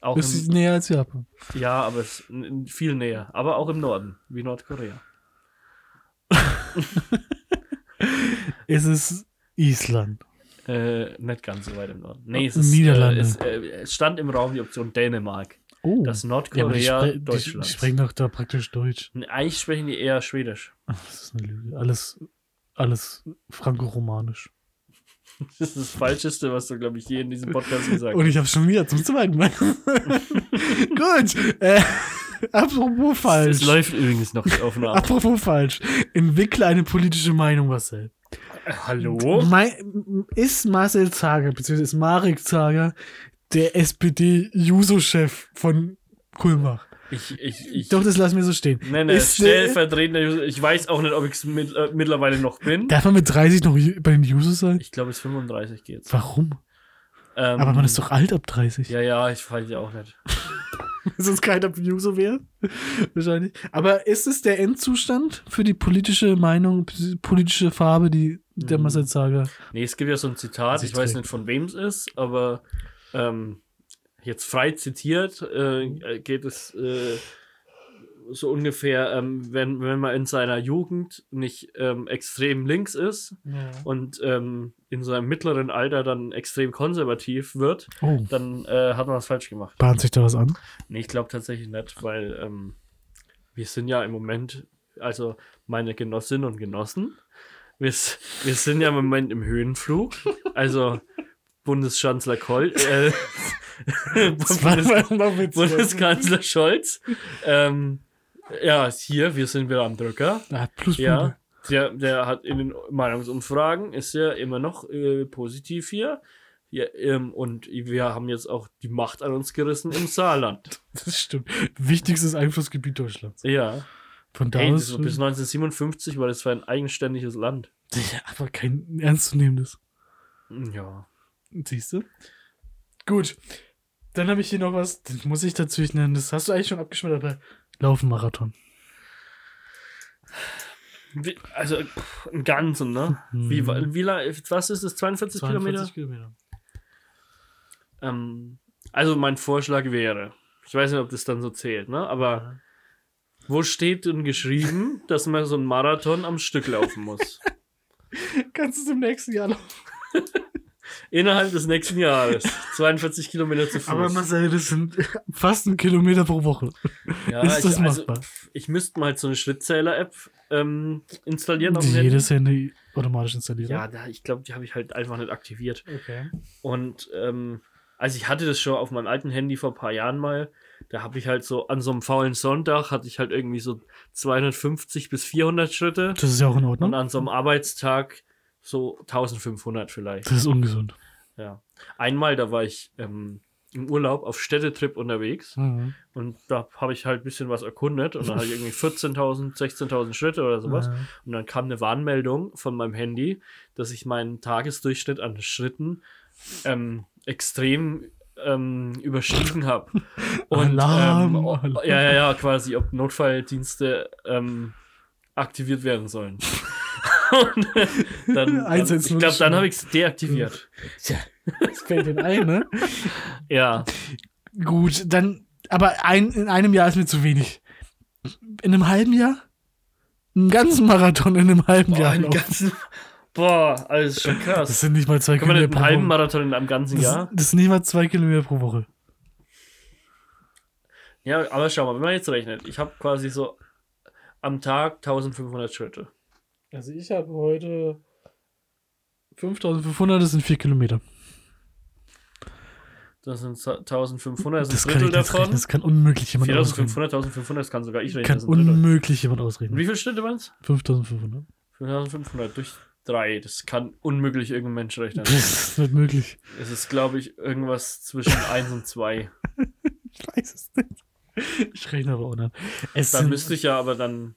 Speaker 1: Auch
Speaker 2: Ist
Speaker 1: im-
Speaker 2: es näher als Japan?
Speaker 1: Ja, aber es ist n- n- viel näher. Aber auch im Norden, wie Nordkorea.
Speaker 2: Ist es Island?
Speaker 1: Äh, nicht ganz so weit im Norden. Nee, es
Speaker 2: Äh,
Speaker 1: ist,
Speaker 2: Niederlande.
Speaker 1: Äh, es, äh, es stand im Raum die Option Dänemark.
Speaker 2: Oh,
Speaker 1: Das
Speaker 2: ja, aber die,
Speaker 1: Nordkorea
Speaker 2: spre- die, die
Speaker 1: Deutschlands.
Speaker 2: sprechen doch da praktisch Deutsch.
Speaker 1: Nee, Eigentlich sprechen die eher Schwedisch. (laughs)
Speaker 2: Ach, das ist eine Lüge. Alles, alles franco-romanisch.
Speaker 1: Das ist das Falscheste, was du, glaube ich, je in diesem Podcast gesagt
Speaker 2: Und ich habe schon wieder zum
Speaker 1: (laughs)
Speaker 2: zweiten Mal. Gut. Äh, apropos
Speaker 1: hast.
Speaker 2: falsch.
Speaker 1: Es läuft übrigens noch die Aufnahme.
Speaker 2: Apropos falsch. Entwickle eine politische Meinung, Marcel.
Speaker 1: (laughs) Hallo?
Speaker 2: Mei- ist Marcel Zager, beziehungsweise ist Marek Zager, der SPD-Juso-Chef von Kulmbach?
Speaker 1: Ich, ich, ich.
Speaker 2: Doch, das lassen wir so stehen.
Speaker 1: Nein, nein,
Speaker 2: Ist äh,
Speaker 1: stellvertretender User. Ich weiß auch nicht, ob ich es mit, äh, mittlerweile noch bin.
Speaker 2: Darf man mit 30 noch Ju- bei den Jusos sein?
Speaker 1: Ich glaube, es 35 geht's.
Speaker 2: Warum?
Speaker 1: Ähm,
Speaker 2: Aber man ist doch alt ab 30.
Speaker 1: Ja, ja, ich weiß ja auch nicht.
Speaker 2: Sonst keiner Juso wäre. Wahrscheinlich. Aber ist es der Endzustand für die politische Meinung, p- politische Farbe, die der
Speaker 1: Mhm.
Speaker 2: Marcel Zager.
Speaker 1: Nee, es gibt ja so ein Zitat,
Speaker 2: Sie
Speaker 1: ich weiß
Speaker 2: trägt.
Speaker 1: nicht, von wem es ist, aber ähm, jetzt frei zitiert äh, geht es äh, so ungefähr, ähm, wenn, wenn man in seiner Jugend nicht ähm, extrem links ist und ähm, in seinem mittleren Alter dann extrem konservativ wird,
Speaker 2: Oh,
Speaker 1: dann äh, hat man was falsch gemacht.
Speaker 2: bahnt sich da
Speaker 1: (laughs)
Speaker 2: was an?
Speaker 1: Nee, ich glaube tatsächlich nicht, weil ähm, wir sind ja im Moment, also meine Genossinnen und Genossen, wir, s- wir sind ja im Moment im Höhenflug. Also Bundeskanzler Kohl, äh, (laughs) Bundes
Speaker 2: Bundes
Speaker 1: Bundeskanzler Scholz, ähm, ja, ist hier, wir sind wieder am Drücker.
Speaker 2: ah, plus
Speaker 1: Ja, der, der hat in den Meinungsumfragen ist ja immer noch äh, positiv hier. Ja, ähm, und wir haben jetzt auch die Macht an uns gerissen im Saarland.
Speaker 2: Das stimmt. Wichtigstes Einflussgebiet Deutschlands.
Speaker 1: Ja.
Speaker 2: Von da
Speaker 1: Ey, das
Speaker 2: aus.
Speaker 1: war bis 1957 war das für ein eigenständiges Land.
Speaker 2: (laughs) ja, aber kein ernstzunehmendes.
Speaker 1: Ja.
Speaker 2: Siehst du? Gut. Dann habe ich hier noch was, das muss ich dazwischen nennen. Das hast du eigentlich schon abgeschmettert, aber Laufen Marathon.
Speaker 1: Wie, also pff, im Ganzen, ne?
Speaker 2: Mhm.
Speaker 1: Wie, wa- wie lang, was ist es? 42,
Speaker 2: 42
Speaker 1: Kilometer?
Speaker 2: Kilometer. (laughs)
Speaker 1: Ähm, also mein Vorschlag wäre, ich weiß nicht, ob das dann so zählt, ne? Aber
Speaker 2: Ja.
Speaker 1: wo steht denn geschrieben, dass man so einen Marathon am Stück laufen muss? (laughs)
Speaker 2: Kannst du es im nächsten Jahr laufen?
Speaker 1: Innerhalb des nächsten Jahres. 42 Kilometer zu Fuß.
Speaker 2: Aber Marcel, das sind (laughs) fast ein Kilometer pro Woche.
Speaker 1: ja,
Speaker 2: ist das
Speaker 1: ich, also,
Speaker 2: machbar?
Speaker 1: pff, ich müsste mal halt so eine Schrittzähler-App ähm, installieren. auf
Speaker 2: die
Speaker 1: dem Handy.
Speaker 2: jedes Handy automatisch installiert.
Speaker 1: ja, da, ich glaube, die habe ich halt einfach nicht aktiviert.
Speaker 2: Okay.
Speaker 1: Und ähm, also ich hatte das schon auf meinem alten Handy vor ein paar Jahren mal. Da habe ich halt so an so einem faulen Sonntag hatte ich halt irgendwie so 250 bis 400 Schritte
Speaker 2: Das ist ja auch in
Speaker 1: und
Speaker 2: Ordnung.
Speaker 1: an so einem Arbeitstag so 1500 vielleicht.
Speaker 2: Das ist ungesund.
Speaker 1: Ja. Einmal, da war ich ähm, im Urlaub auf Städtetrip unterwegs
Speaker 2: Mhm.
Speaker 1: und da habe ich halt ein bisschen was erkundet und dann hatte ich irgendwie 14.000, 16.000 Schritte oder sowas.
Speaker 2: Ja.
Speaker 1: Und dann kam eine Warnmeldung von meinem Handy, dass ich meinen Tagesdurchschnitt an Schritten ähm, extrem ähm, überschrieben
Speaker 2: (laughs)
Speaker 1: habe. Und
Speaker 2: Alarm,
Speaker 1: ähm, o-
Speaker 2: Alarm.
Speaker 1: ja, ja, ja, quasi, ob Notfalldienste ähm, aktiviert werden sollen. (laughs) Und
Speaker 2: (laughs)
Speaker 1: dann, dann, ich
Speaker 2: Einsetzen und
Speaker 1: glaube, dann
Speaker 2: schnell.
Speaker 1: habe ich es deaktiviert.
Speaker 2: Das fällt den ein, ne? (laughs)
Speaker 1: Ja,
Speaker 2: Gut, dann, aber ein, in einem Jahr ist mir zu wenig. In einem halben Jahr? Einen ganzen Marathon in einem halben
Speaker 1: boah,
Speaker 2: Jahr.
Speaker 1: einen
Speaker 2: laufen.
Speaker 1: ganzen, boah, alles schon
Speaker 2: das
Speaker 1: krass.
Speaker 2: sind nicht mal zwei
Speaker 1: Kann man
Speaker 2: Kilometer
Speaker 1: nicht
Speaker 2: pro
Speaker 1: einen halben
Speaker 2: Woche.
Speaker 1: Marathon in einem ganzen
Speaker 2: Das,
Speaker 1: Jahr?
Speaker 2: das sind nicht mal zwei Kilometer pro Woche.
Speaker 1: Ja, aber schau mal, wenn man jetzt rechnet, ich habe quasi so am Tag 1500 Schritte.
Speaker 2: Also ich habe heute 5500, das sind vier Kilometer.
Speaker 1: Das sind za- 1500, das
Speaker 2: Das
Speaker 1: ist ein
Speaker 2: kann ich
Speaker 1: Drittel
Speaker 2: nicht
Speaker 1: davon.
Speaker 2: rechnen, das kann unmöglich jemand ausrechnen.
Speaker 1: 4500, 1500, das kann sogar ich rechnen.
Speaker 2: Kann
Speaker 1: Das ist ein Drittel.
Speaker 2: unmöglich jemand
Speaker 1: Und
Speaker 2: ausrechnen.
Speaker 1: wie viele Schritte waren es?
Speaker 2: 5500.
Speaker 1: 5500 durch 3. Das kann unmöglich irgendein Mensch rechnen.
Speaker 2: Das ist nicht möglich.
Speaker 1: es ist, glaube ich, irgendwas zwischen 1 und 2.
Speaker 2: Ich weiß es nicht. Ich rechne aber auch nicht. Es
Speaker 1: Da
Speaker 2: sind-
Speaker 1: müsste ich ja aber dann.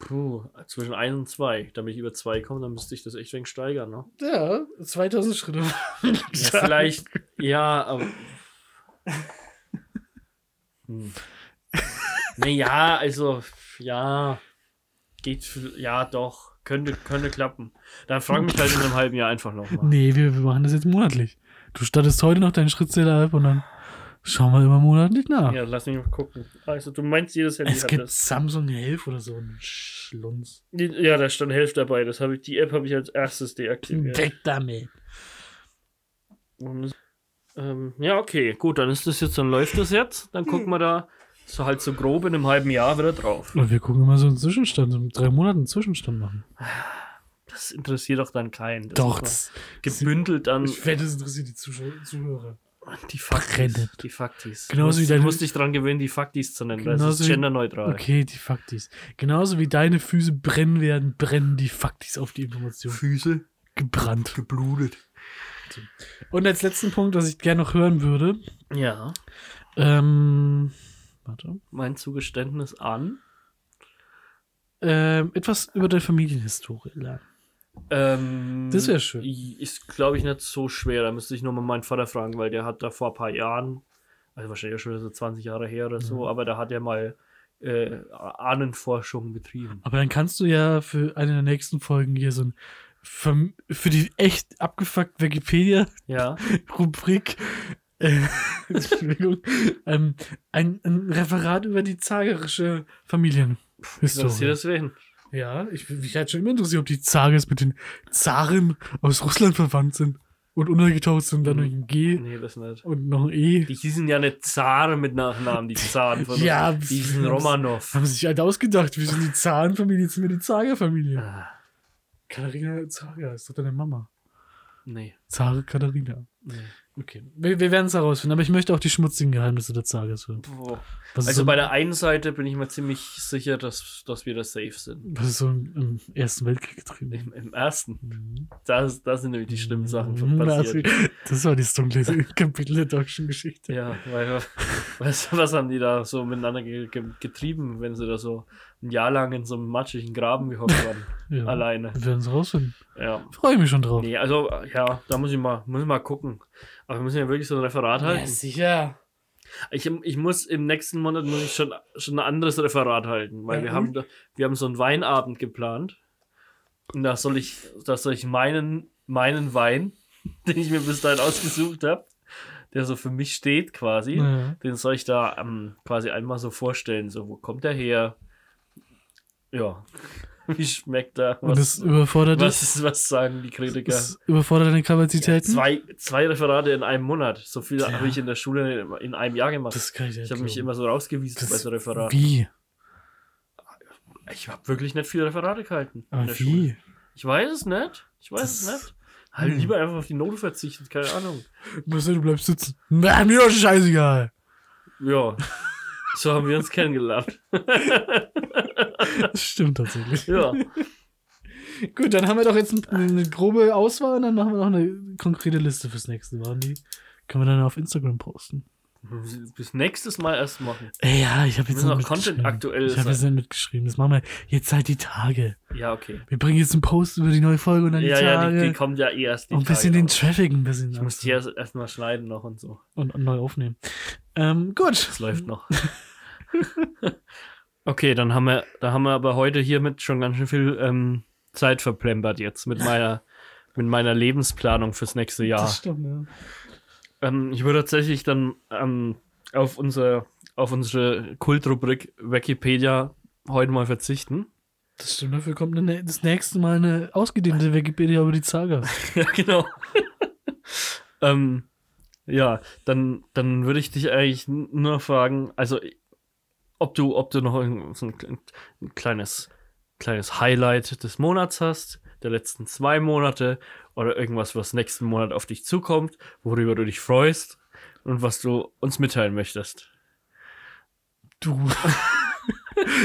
Speaker 1: Puh, zwischen 1 und 2. Damit ich über 2 komme, dann müsste ich das echt wegen steigern, ne?
Speaker 2: ja, 2000 Schritte. (laughs)
Speaker 1: Ja, vielleicht. Ja, aber. Hm. Naja, also, ja. Geht, für- ja, doch. Könnte, könnte klappen. Dann fragen mich halt in einem halben Jahr einfach nochmal.
Speaker 2: Nee, wir, wir machen das jetzt monatlich. Du startest heute noch deinen Schrittzähler ab und dann schauen wir immer monatlich nach.
Speaker 1: Ja, lass mich mal gucken. Also, du meinst, jedes Handy
Speaker 2: es
Speaker 1: hat
Speaker 2: gibt
Speaker 1: das.
Speaker 2: Samsung Helf oder so einen Schlunz.
Speaker 1: Ja, da stand Hälfte dabei. Das habe ich, die App habe ich als erstes deaktiviert.
Speaker 2: Weg damit.
Speaker 1: Und, ähm, ja, okay, gut, dann ist das jetzt, dann läuft das jetzt. Dann gucken wir da so halt so grob in einem halben Jahr wieder drauf.
Speaker 2: Und wir gucken immer so einen Zwischenstand, so drei Monaten einen Zwischenstand machen.
Speaker 1: Das interessiert doch dann keinen. Das
Speaker 2: Doch,
Speaker 1: ist
Speaker 2: das,
Speaker 1: doch gebündelt an
Speaker 2: ich wette, das interessiert die Zuschauer, Zuhörer.
Speaker 1: die Faktis.
Speaker 2: brennt.
Speaker 1: Die Faktis.
Speaker 2: Genauso
Speaker 1: Du
Speaker 2: wie dein-
Speaker 1: musst dich dran gewöhnen, die Faktis zu nennen, weil es
Speaker 2: Genauso
Speaker 1: ist
Speaker 2: wie-
Speaker 1: genderneutral.
Speaker 2: Okay, die Faktis. Genauso wie deine Füße brennen werden, brennen die Faktis auf die Information.
Speaker 1: Füße
Speaker 2: Gebrannt.
Speaker 1: geblutet.
Speaker 2: Und als letzten Punkt, was ich gerne noch hören würde,
Speaker 1: Ja,
Speaker 2: ähm, warte,
Speaker 1: mein Zugeständnis an.
Speaker 2: ähm, etwas über deine Familienhistorie lernen.
Speaker 1: Ähm,
Speaker 2: Das wär schön.
Speaker 1: i- Ist, glaube ich, nicht so schwer. Da müsste ich nur mal meinen Vater fragen, weil der hat da vor ein paar Jahren, also wahrscheinlich auch schon so 20 Jahre her oder
Speaker 2: Mhm.
Speaker 1: so, aber da hat er mal äh, Ahnenforschung betrieben.
Speaker 2: Aber dann kannst du ja für eine der nächsten Folgen hier so ein Fam- für die echt abgefuckt Wikipedia-Rubrik
Speaker 1: Ja,
Speaker 2: (laughs) äh, Entschuldigung, ähm, ein, ein Referat über die zagerische
Speaker 1: interessiert
Speaker 2: Familienhistorie.
Speaker 1: das wen?
Speaker 2: Ja, ich, mich hat schon immer interessiert, ob die Zagers mit den Zaren aus Russland verwandt sind und untergetaucht sind, dann durch ein G
Speaker 1: Nee, das nicht.
Speaker 2: und noch ein E.
Speaker 1: Mhm. Die hießen ja nicht Zaren mit Nachnamen, die Zaren von
Speaker 2: (laughs) Ja,
Speaker 1: uns. Die hießen
Speaker 2: pf-
Speaker 1: Romanov.
Speaker 2: Haben sie sich halt ausgedacht, wir sind die Zarenfamilie, jetzt sind wir die Zagerfamilie.
Speaker 1: Ah,
Speaker 2: Katharina Zager ist doch deine Mama.
Speaker 1: nee,
Speaker 2: Zare Katharina.
Speaker 1: nee.
Speaker 2: Okay. Wir, wir werden es herausfinden, aber ich möchte auch die schmutzigen Geheimnisse der Zagers hören.
Speaker 1: Boah.
Speaker 2: Was ist
Speaker 1: Also
Speaker 2: so,
Speaker 1: bei der einen Seite bin ich mir ziemlich sicher, dass, dass wir da safe sind.
Speaker 2: was ist so im, im Ersten Weltkrieg getrieben?
Speaker 1: Im, im ersten.
Speaker 2: Mhm.
Speaker 1: Das, das sind nämlich die schlimmen Sachen
Speaker 2: Mhm,
Speaker 1: von passiert.
Speaker 2: Das war das dunkle
Speaker 1: (laughs)
Speaker 2: Kapitel der deutschen Geschichte.
Speaker 1: Ja, weil was, was haben die da so miteinander ge ge getrieben, wenn sie da so ein Jahr lang in so einem matschigen Graben gehockt waren,
Speaker 2: (laughs) Ja.
Speaker 1: alleine.
Speaker 2: Wir werden es rausfinden.
Speaker 1: Ja.
Speaker 2: Freue ich mich schon drauf.
Speaker 1: Nee, also ja, da muss ich mal, muss ich mal gucken. Aber wir müssen ja wirklich so ein Referat halten.
Speaker 2: sicher.
Speaker 1: Ich, ich muss im nächsten Monat muss ich schon, schon ein anderes Referat halten, weil
Speaker 2: Ja,
Speaker 1: wir
Speaker 2: gut.
Speaker 1: haben da- wir haben so einen Weinabend geplant. Und da soll ich, da soll ich meinen, meinen Wein, (laughs) den ich mir bis dahin ausgesucht habe, der so für mich steht quasi,
Speaker 2: Ja.
Speaker 1: den soll ich da ähm, quasi einmal so vorstellen. So, wo kommt der her? Ja. (laughs) Wie schmeckt er?
Speaker 2: Und das
Speaker 1: Was,
Speaker 2: überfordert
Speaker 1: was,
Speaker 2: dich?
Speaker 1: ist, was sagen die Kritiker?
Speaker 2: Das überfordert deine Kapazitäten?
Speaker 1: Zwei, zwei Referate in einem Monat. So viel habe ich in der Schule in- in einem Jahr gemacht.
Speaker 2: Das kann ich nicht
Speaker 1: Ich habe mich
Speaker 2: glauben.
Speaker 1: immer so rausgewiesen bei
Speaker 2: Das-
Speaker 1: so Referaten.
Speaker 2: Wie?
Speaker 1: Ich habe wirklich nicht viele Referate gehalten. in
Speaker 2: Aber
Speaker 1: der Schule.
Speaker 2: Ah, wie?
Speaker 1: Ich weiß es nicht. Ich weiß es
Speaker 2: Das-
Speaker 1: nicht. Halt
Speaker 2: Hm.
Speaker 1: lieber einfach auf die Note verzichtet, keine Ahnung.
Speaker 2: Marcel, du bleibst sitzen. Na, mir doch scheißegal.
Speaker 1: Ja. So haben wir
Speaker 2: (laughs)
Speaker 1: uns kennengelernt.
Speaker 2: Das stimmt tatsächlich. Ah.
Speaker 1: Ja.
Speaker 2: (laughs) Gut, dann haben wir doch jetzt ein- eine grobe Auswahl und dann machen wir noch eine konkrete Liste fürs nächste Mal. Und die können wir dann auf Instagram posten.
Speaker 1: Bis nächstes Mal erst machen.
Speaker 2: Ey, ja, ich habe jetzt
Speaker 1: müssen auch
Speaker 2: noch
Speaker 1: Content
Speaker 2: mitgeschrieben.
Speaker 1: aktuell
Speaker 2: Ich habe
Speaker 1: sein.
Speaker 2: jetzt nicht mitgeschrieben. Das machen wir jetzt halt die Tage.
Speaker 1: Ja, okay.
Speaker 2: Wir bringen jetzt einen Post über die neue Folge und dann die
Speaker 1: Ja, ja,
Speaker 2: Tage.
Speaker 1: die, die kommt ja eh erst. Die
Speaker 2: und ein bisschen
Speaker 1: Tage
Speaker 2: den
Speaker 1: noch.
Speaker 2: Traffic ein bisschen
Speaker 1: Ich muss die erst erstmal schneiden noch und so.
Speaker 2: und, und neu aufnehmen. Ähm, gut.
Speaker 1: Das läuft noch. (laughs) okay, dann haben wir, da haben wir aber heute hiermit schon ganz schön viel ähm, Zeit verplempert jetzt mit meiner, mit meiner Lebensplanung fürs nächste Jahr.
Speaker 2: Das stimmt, ja.
Speaker 1: Ähm, ich würde tatsächlich dann ähm, auf, unser, auf unsere Kultrubrik Wikipedia heute mal verzichten.
Speaker 2: Das stimmt. Dafür kommt eine, das nächste Mal eine ausgedehnte Wikipedia über die Zaga.
Speaker 1: ja, (laughs) genau. ähm, ja, dann, dann würde ich dich eigentlich n- nur noch fragen, also ob du, ob du noch irgend- so ein, kle- ein kleines, kleines Highlight des Monats hast, der letzten zwei Monate oder irgendwas, was nächsten Monat auf dich zukommt, worüber du dich freust und was du uns mitteilen möchtest.
Speaker 2: Du. (laughs)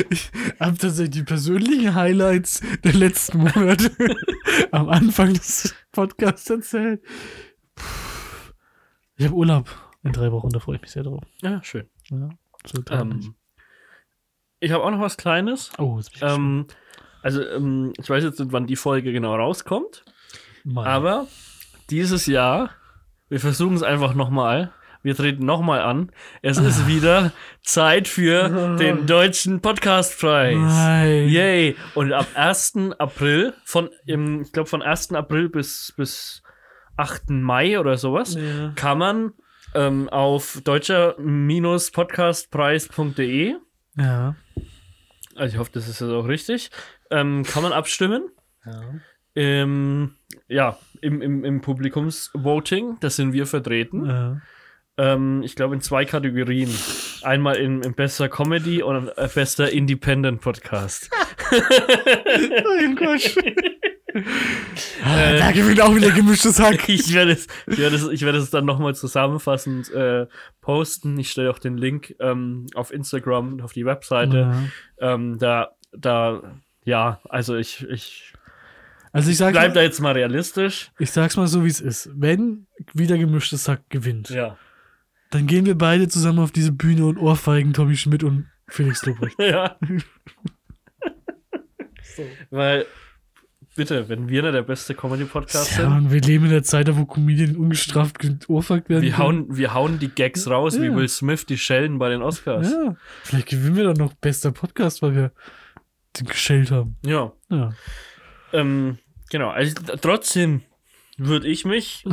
Speaker 2: Ich habe tatsächlich die persönlichen Highlights der letzten Monate (laughs) am Anfang des Podcasts erzählt. Puh. Ich habe Urlaub in drei Wochen, da freue ich mich sehr drauf.
Speaker 1: Ja, schön.
Speaker 2: Ja, so toll.
Speaker 1: Ähm, ich habe auch noch was Kleines.
Speaker 2: oh, jetzt bin ich
Speaker 1: Ähm, also, ähm, ich weiß jetzt nicht, wann die Folge genau rauskommt.
Speaker 2: schon mal.
Speaker 1: Aber dieses Jahr, wir versuchen es einfach nochmal. Wir treten nochmal an. Es
Speaker 2: Ah.
Speaker 1: ist wieder Zeit für den Deutschen Podcastpreis.
Speaker 2: Nein.
Speaker 1: Yay! Und ab 1. April, von, im, ich glaube von 1. April bis, bis 8. Mai oder sowas,
Speaker 2: Ja.
Speaker 1: kann man ähm, auf deutscher-podcastpreis.de,
Speaker 2: Ja.
Speaker 1: also ich hoffe, das ist jetzt auch richtig, ähm, kann man abstimmen.
Speaker 2: ja.
Speaker 1: Ähm, ja, im, im, im Publikumsvoting, das sind wir vertreten.
Speaker 2: ja.
Speaker 1: Ähm, ich glaube in zwei Kategorien. Einmal in, in bester Comedy und
Speaker 2: (laughs)
Speaker 1: äh, bester Independent Podcast.
Speaker 2: Nein, Gott.
Speaker 1: Äh,
Speaker 2: da gewinnt auch wieder gemischtes (laughs) Hack.
Speaker 1: Ich werde es, ich werde es, ich werde es dann nochmal zusammenfassend äh, posten. Ich stelle auch den Link ähm, auf Instagram und auf die Webseite.
Speaker 2: Ja.
Speaker 1: Ähm, da, da, ja, also ich, ich
Speaker 2: Also ich sag's,
Speaker 1: bleib
Speaker 2: mal,
Speaker 1: da jetzt mal realistisch.
Speaker 2: ich sag's mal so, wie es ist. Wenn wieder gemischtes Hack gewinnt,
Speaker 1: Ja.
Speaker 2: dann gehen wir beide zusammen auf diese Bühne und ohrfeigen Tommy Schmidt und Felix Lobrecht.
Speaker 1: ja. Weil, bitte, wenn wir da der beste Comedy-Podcast
Speaker 2: Ja,
Speaker 1: sind,
Speaker 2: und wir leben in der Zeit, wo Comedien ungestraft ohrfeigt werden.
Speaker 1: wir
Speaker 2: können.
Speaker 1: hauen, wir hauen die Gags raus, wie
Speaker 2: Ja.
Speaker 1: Will Smith die Schellen bei den Oscars.
Speaker 2: Ja, vielleicht gewinnen wir dann noch bester Podcast, weil wir den geschellt haben.
Speaker 1: ja.
Speaker 2: Ja.
Speaker 1: Ähm, genau, also t- trotzdem würde ich
Speaker 2: (laughs)
Speaker 1: mich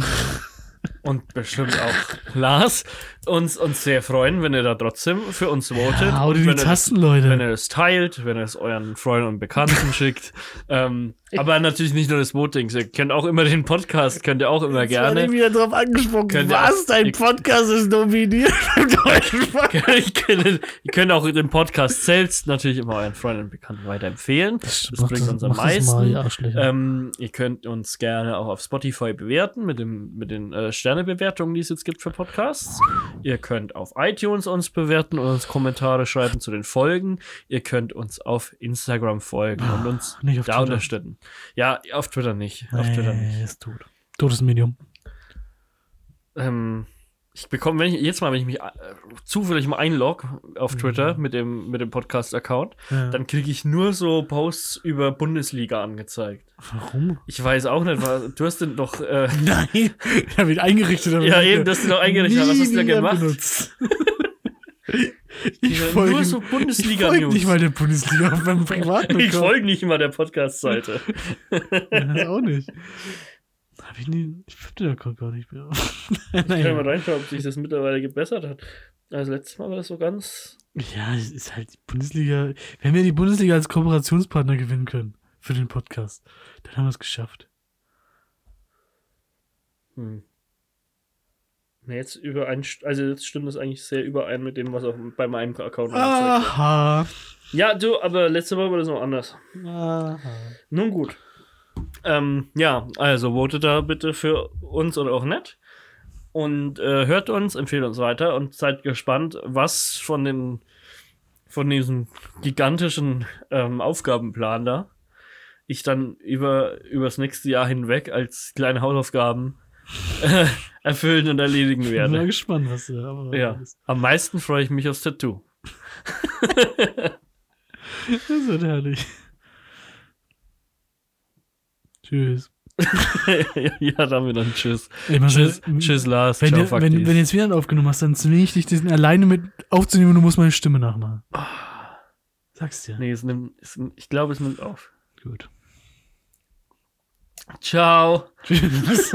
Speaker 1: und bestimmt auch Lars uns, uns sehr freuen, wenn ihr da trotzdem für uns votet.
Speaker 2: ja hau
Speaker 1: und
Speaker 2: dir Ah, die
Speaker 1: wenn, ihr das,
Speaker 2: Tasten, Leute.
Speaker 1: wenn ihr das teilt, wenn ihr es euren Freunden und Bekannten (laughs) schickt. Ähm, aber natürlich nicht nur das Voting, ihr könnt auch immer den Podcast, könnt ihr auch immer gerne.
Speaker 2: wieder drauf angesprochen.
Speaker 1: Könnt ihr Was? auch- Dein ihr-
Speaker 2: Podcast ist nominiert (laughs) im
Speaker 1: (laughs)
Speaker 2: deutschen
Speaker 1: (laughs) ich kann, ihr könnt auch den Podcast selbst natürlich immer euren Freunden und Bekannten weiterempfehlen. Das, bringt uns am meisten. Ähm, ihr könnt uns gerne auch auf Spotify bewerten mit, dem, mit den äh, Sternebewertungen, die es jetzt gibt für Podcasts. Ihr könnt auf iTunes uns bewerten und uns Kommentare schreiben zu den Folgen. Ihr könnt uns auf Instagram folgen und uns
Speaker 2: Ah, Nicht auf
Speaker 1: da
Speaker 2: Twitter.
Speaker 1: unterstützen. Ja, auf Twitter nicht. Ähm, Auf Twitter nicht.
Speaker 2: ist tot. Totes Medium.
Speaker 1: Ähm, ich bekomme, wenn ich jetzt mal, wenn ich mich äh, zufällig mal einlogge auf Twitter mit dem, mit dem Podcast-Account,
Speaker 2: Mhm. Ja.
Speaker 1: dann kriege ich nur so Posts über Bundesliga angezeigt.
Speaker 2: Warum?
Speaker 1: Ich weiß auch nicht, was, du hast denn doch. Äh,
Speaker 2: (laughs) Nein, er wird eingerichtet. aber
Speaker 1: Ja,
Speaker 2: wird
Speaker 1: eben, das ist doch eingerichtet.
Speaker 2: nie
Speaker 1: Was hast du da
Speaker 2: wieder
Speaker 1: gemacht?
Speaker 2: benutzt.
Speaker 1: Die
Speaker 2: ich
Speaker 1: werden
Speaker 2: folge
Speaker 1: nur so
Speaker 2: ich
Speaker 1: Bundesliga
Speaker 2: folge
Speaker 1: News.
Speaker 2: nicht mal der Bundesliga
Speaker 1: (laughs)
Speaker 2: auf meinem privaten
Speaker 1: ich
Speaker 2: Account.
Speaker 1: folge nicht mal der
Speaker 2: (laughs)
Speaker 1: Podcast-Seite.
Speaker 2: Ja, Das auch nicht. Hab ich nie, ich hab den Account gar nicht mehr. (laughs)
Speaker 1: Ich kann mal
Speaker 2: Nein.
Speaker 1: reinschauen, ob sich das mittlerweile gebessert hat. Also letztes Mal war das so ganz.
Speaker 2: Ja, es ist halt die Bundesliga. Wenn wir die Bundesliga als Kooperationspartner gewinnen können für den Podcast, dann haben wir es geschafft.
Speaker 1: Hm. Nee, Jetzt überein, also jetzt stimmt das eigentlich sehr überein mit dem, was auch bei meinem Account
Speaker 2: Ah.
Speaker 1: angezeigt
Speaker 2: Aha.
Speaker 1: wird. Ja, du, aber letztes Mal war das noch anders.
Speaker 2: Aha.
Speaker 1: Nun gut. Ähm, ja, also votet da bitte für uns oder auch nicht. Und äh, hört uns, empfehlt uns weiter und seid gespannt, was von den von diesem gigantischen ähm, Aufgabenplan da ich dann über übers nächste Jahr hinweg als kleine Hausaufgaben äh, erfüllen und erledigen
Speaker 2: Ich bin mal
Speaker 1: werde.
Speaker 2: gespannt, was du aber
Speaker 1: Ja,
Speaker 2: Das
Speaker 1: am meisten freue ich mich aufs Tattoo. (laughs)
Speaker 2: wird herrlich. Tschüss.
Speaker 1: ja, damit dann tschüss.
Speaker 2: Ey, man,
Speaker 1: Tschüss,
Speaker 2: wenn-
Speaker 1: tschüss Lars.
Speaker 2: Also, Wenn,
Speaker 1: Ciao,
Speaker 2: du,
Speaker 1: fuck
Speaker 2: wenn, wenn
Speaker 1: dies.
Speaker 2: du jetzt wieder einen aufgenommen hast, dann zwinge ich dich, diesen alleine mit aufzunehmen und du musst meine Stimme nachmachen. Sag's dir.
Speaker 1: Ah. Nee, es nimmt, es, ich glaube, es nimmt auf. (laughs)
Speaker 2: Gut. (laughs)
Speaker 1: Ciao.
Speaker 2: Tschüss.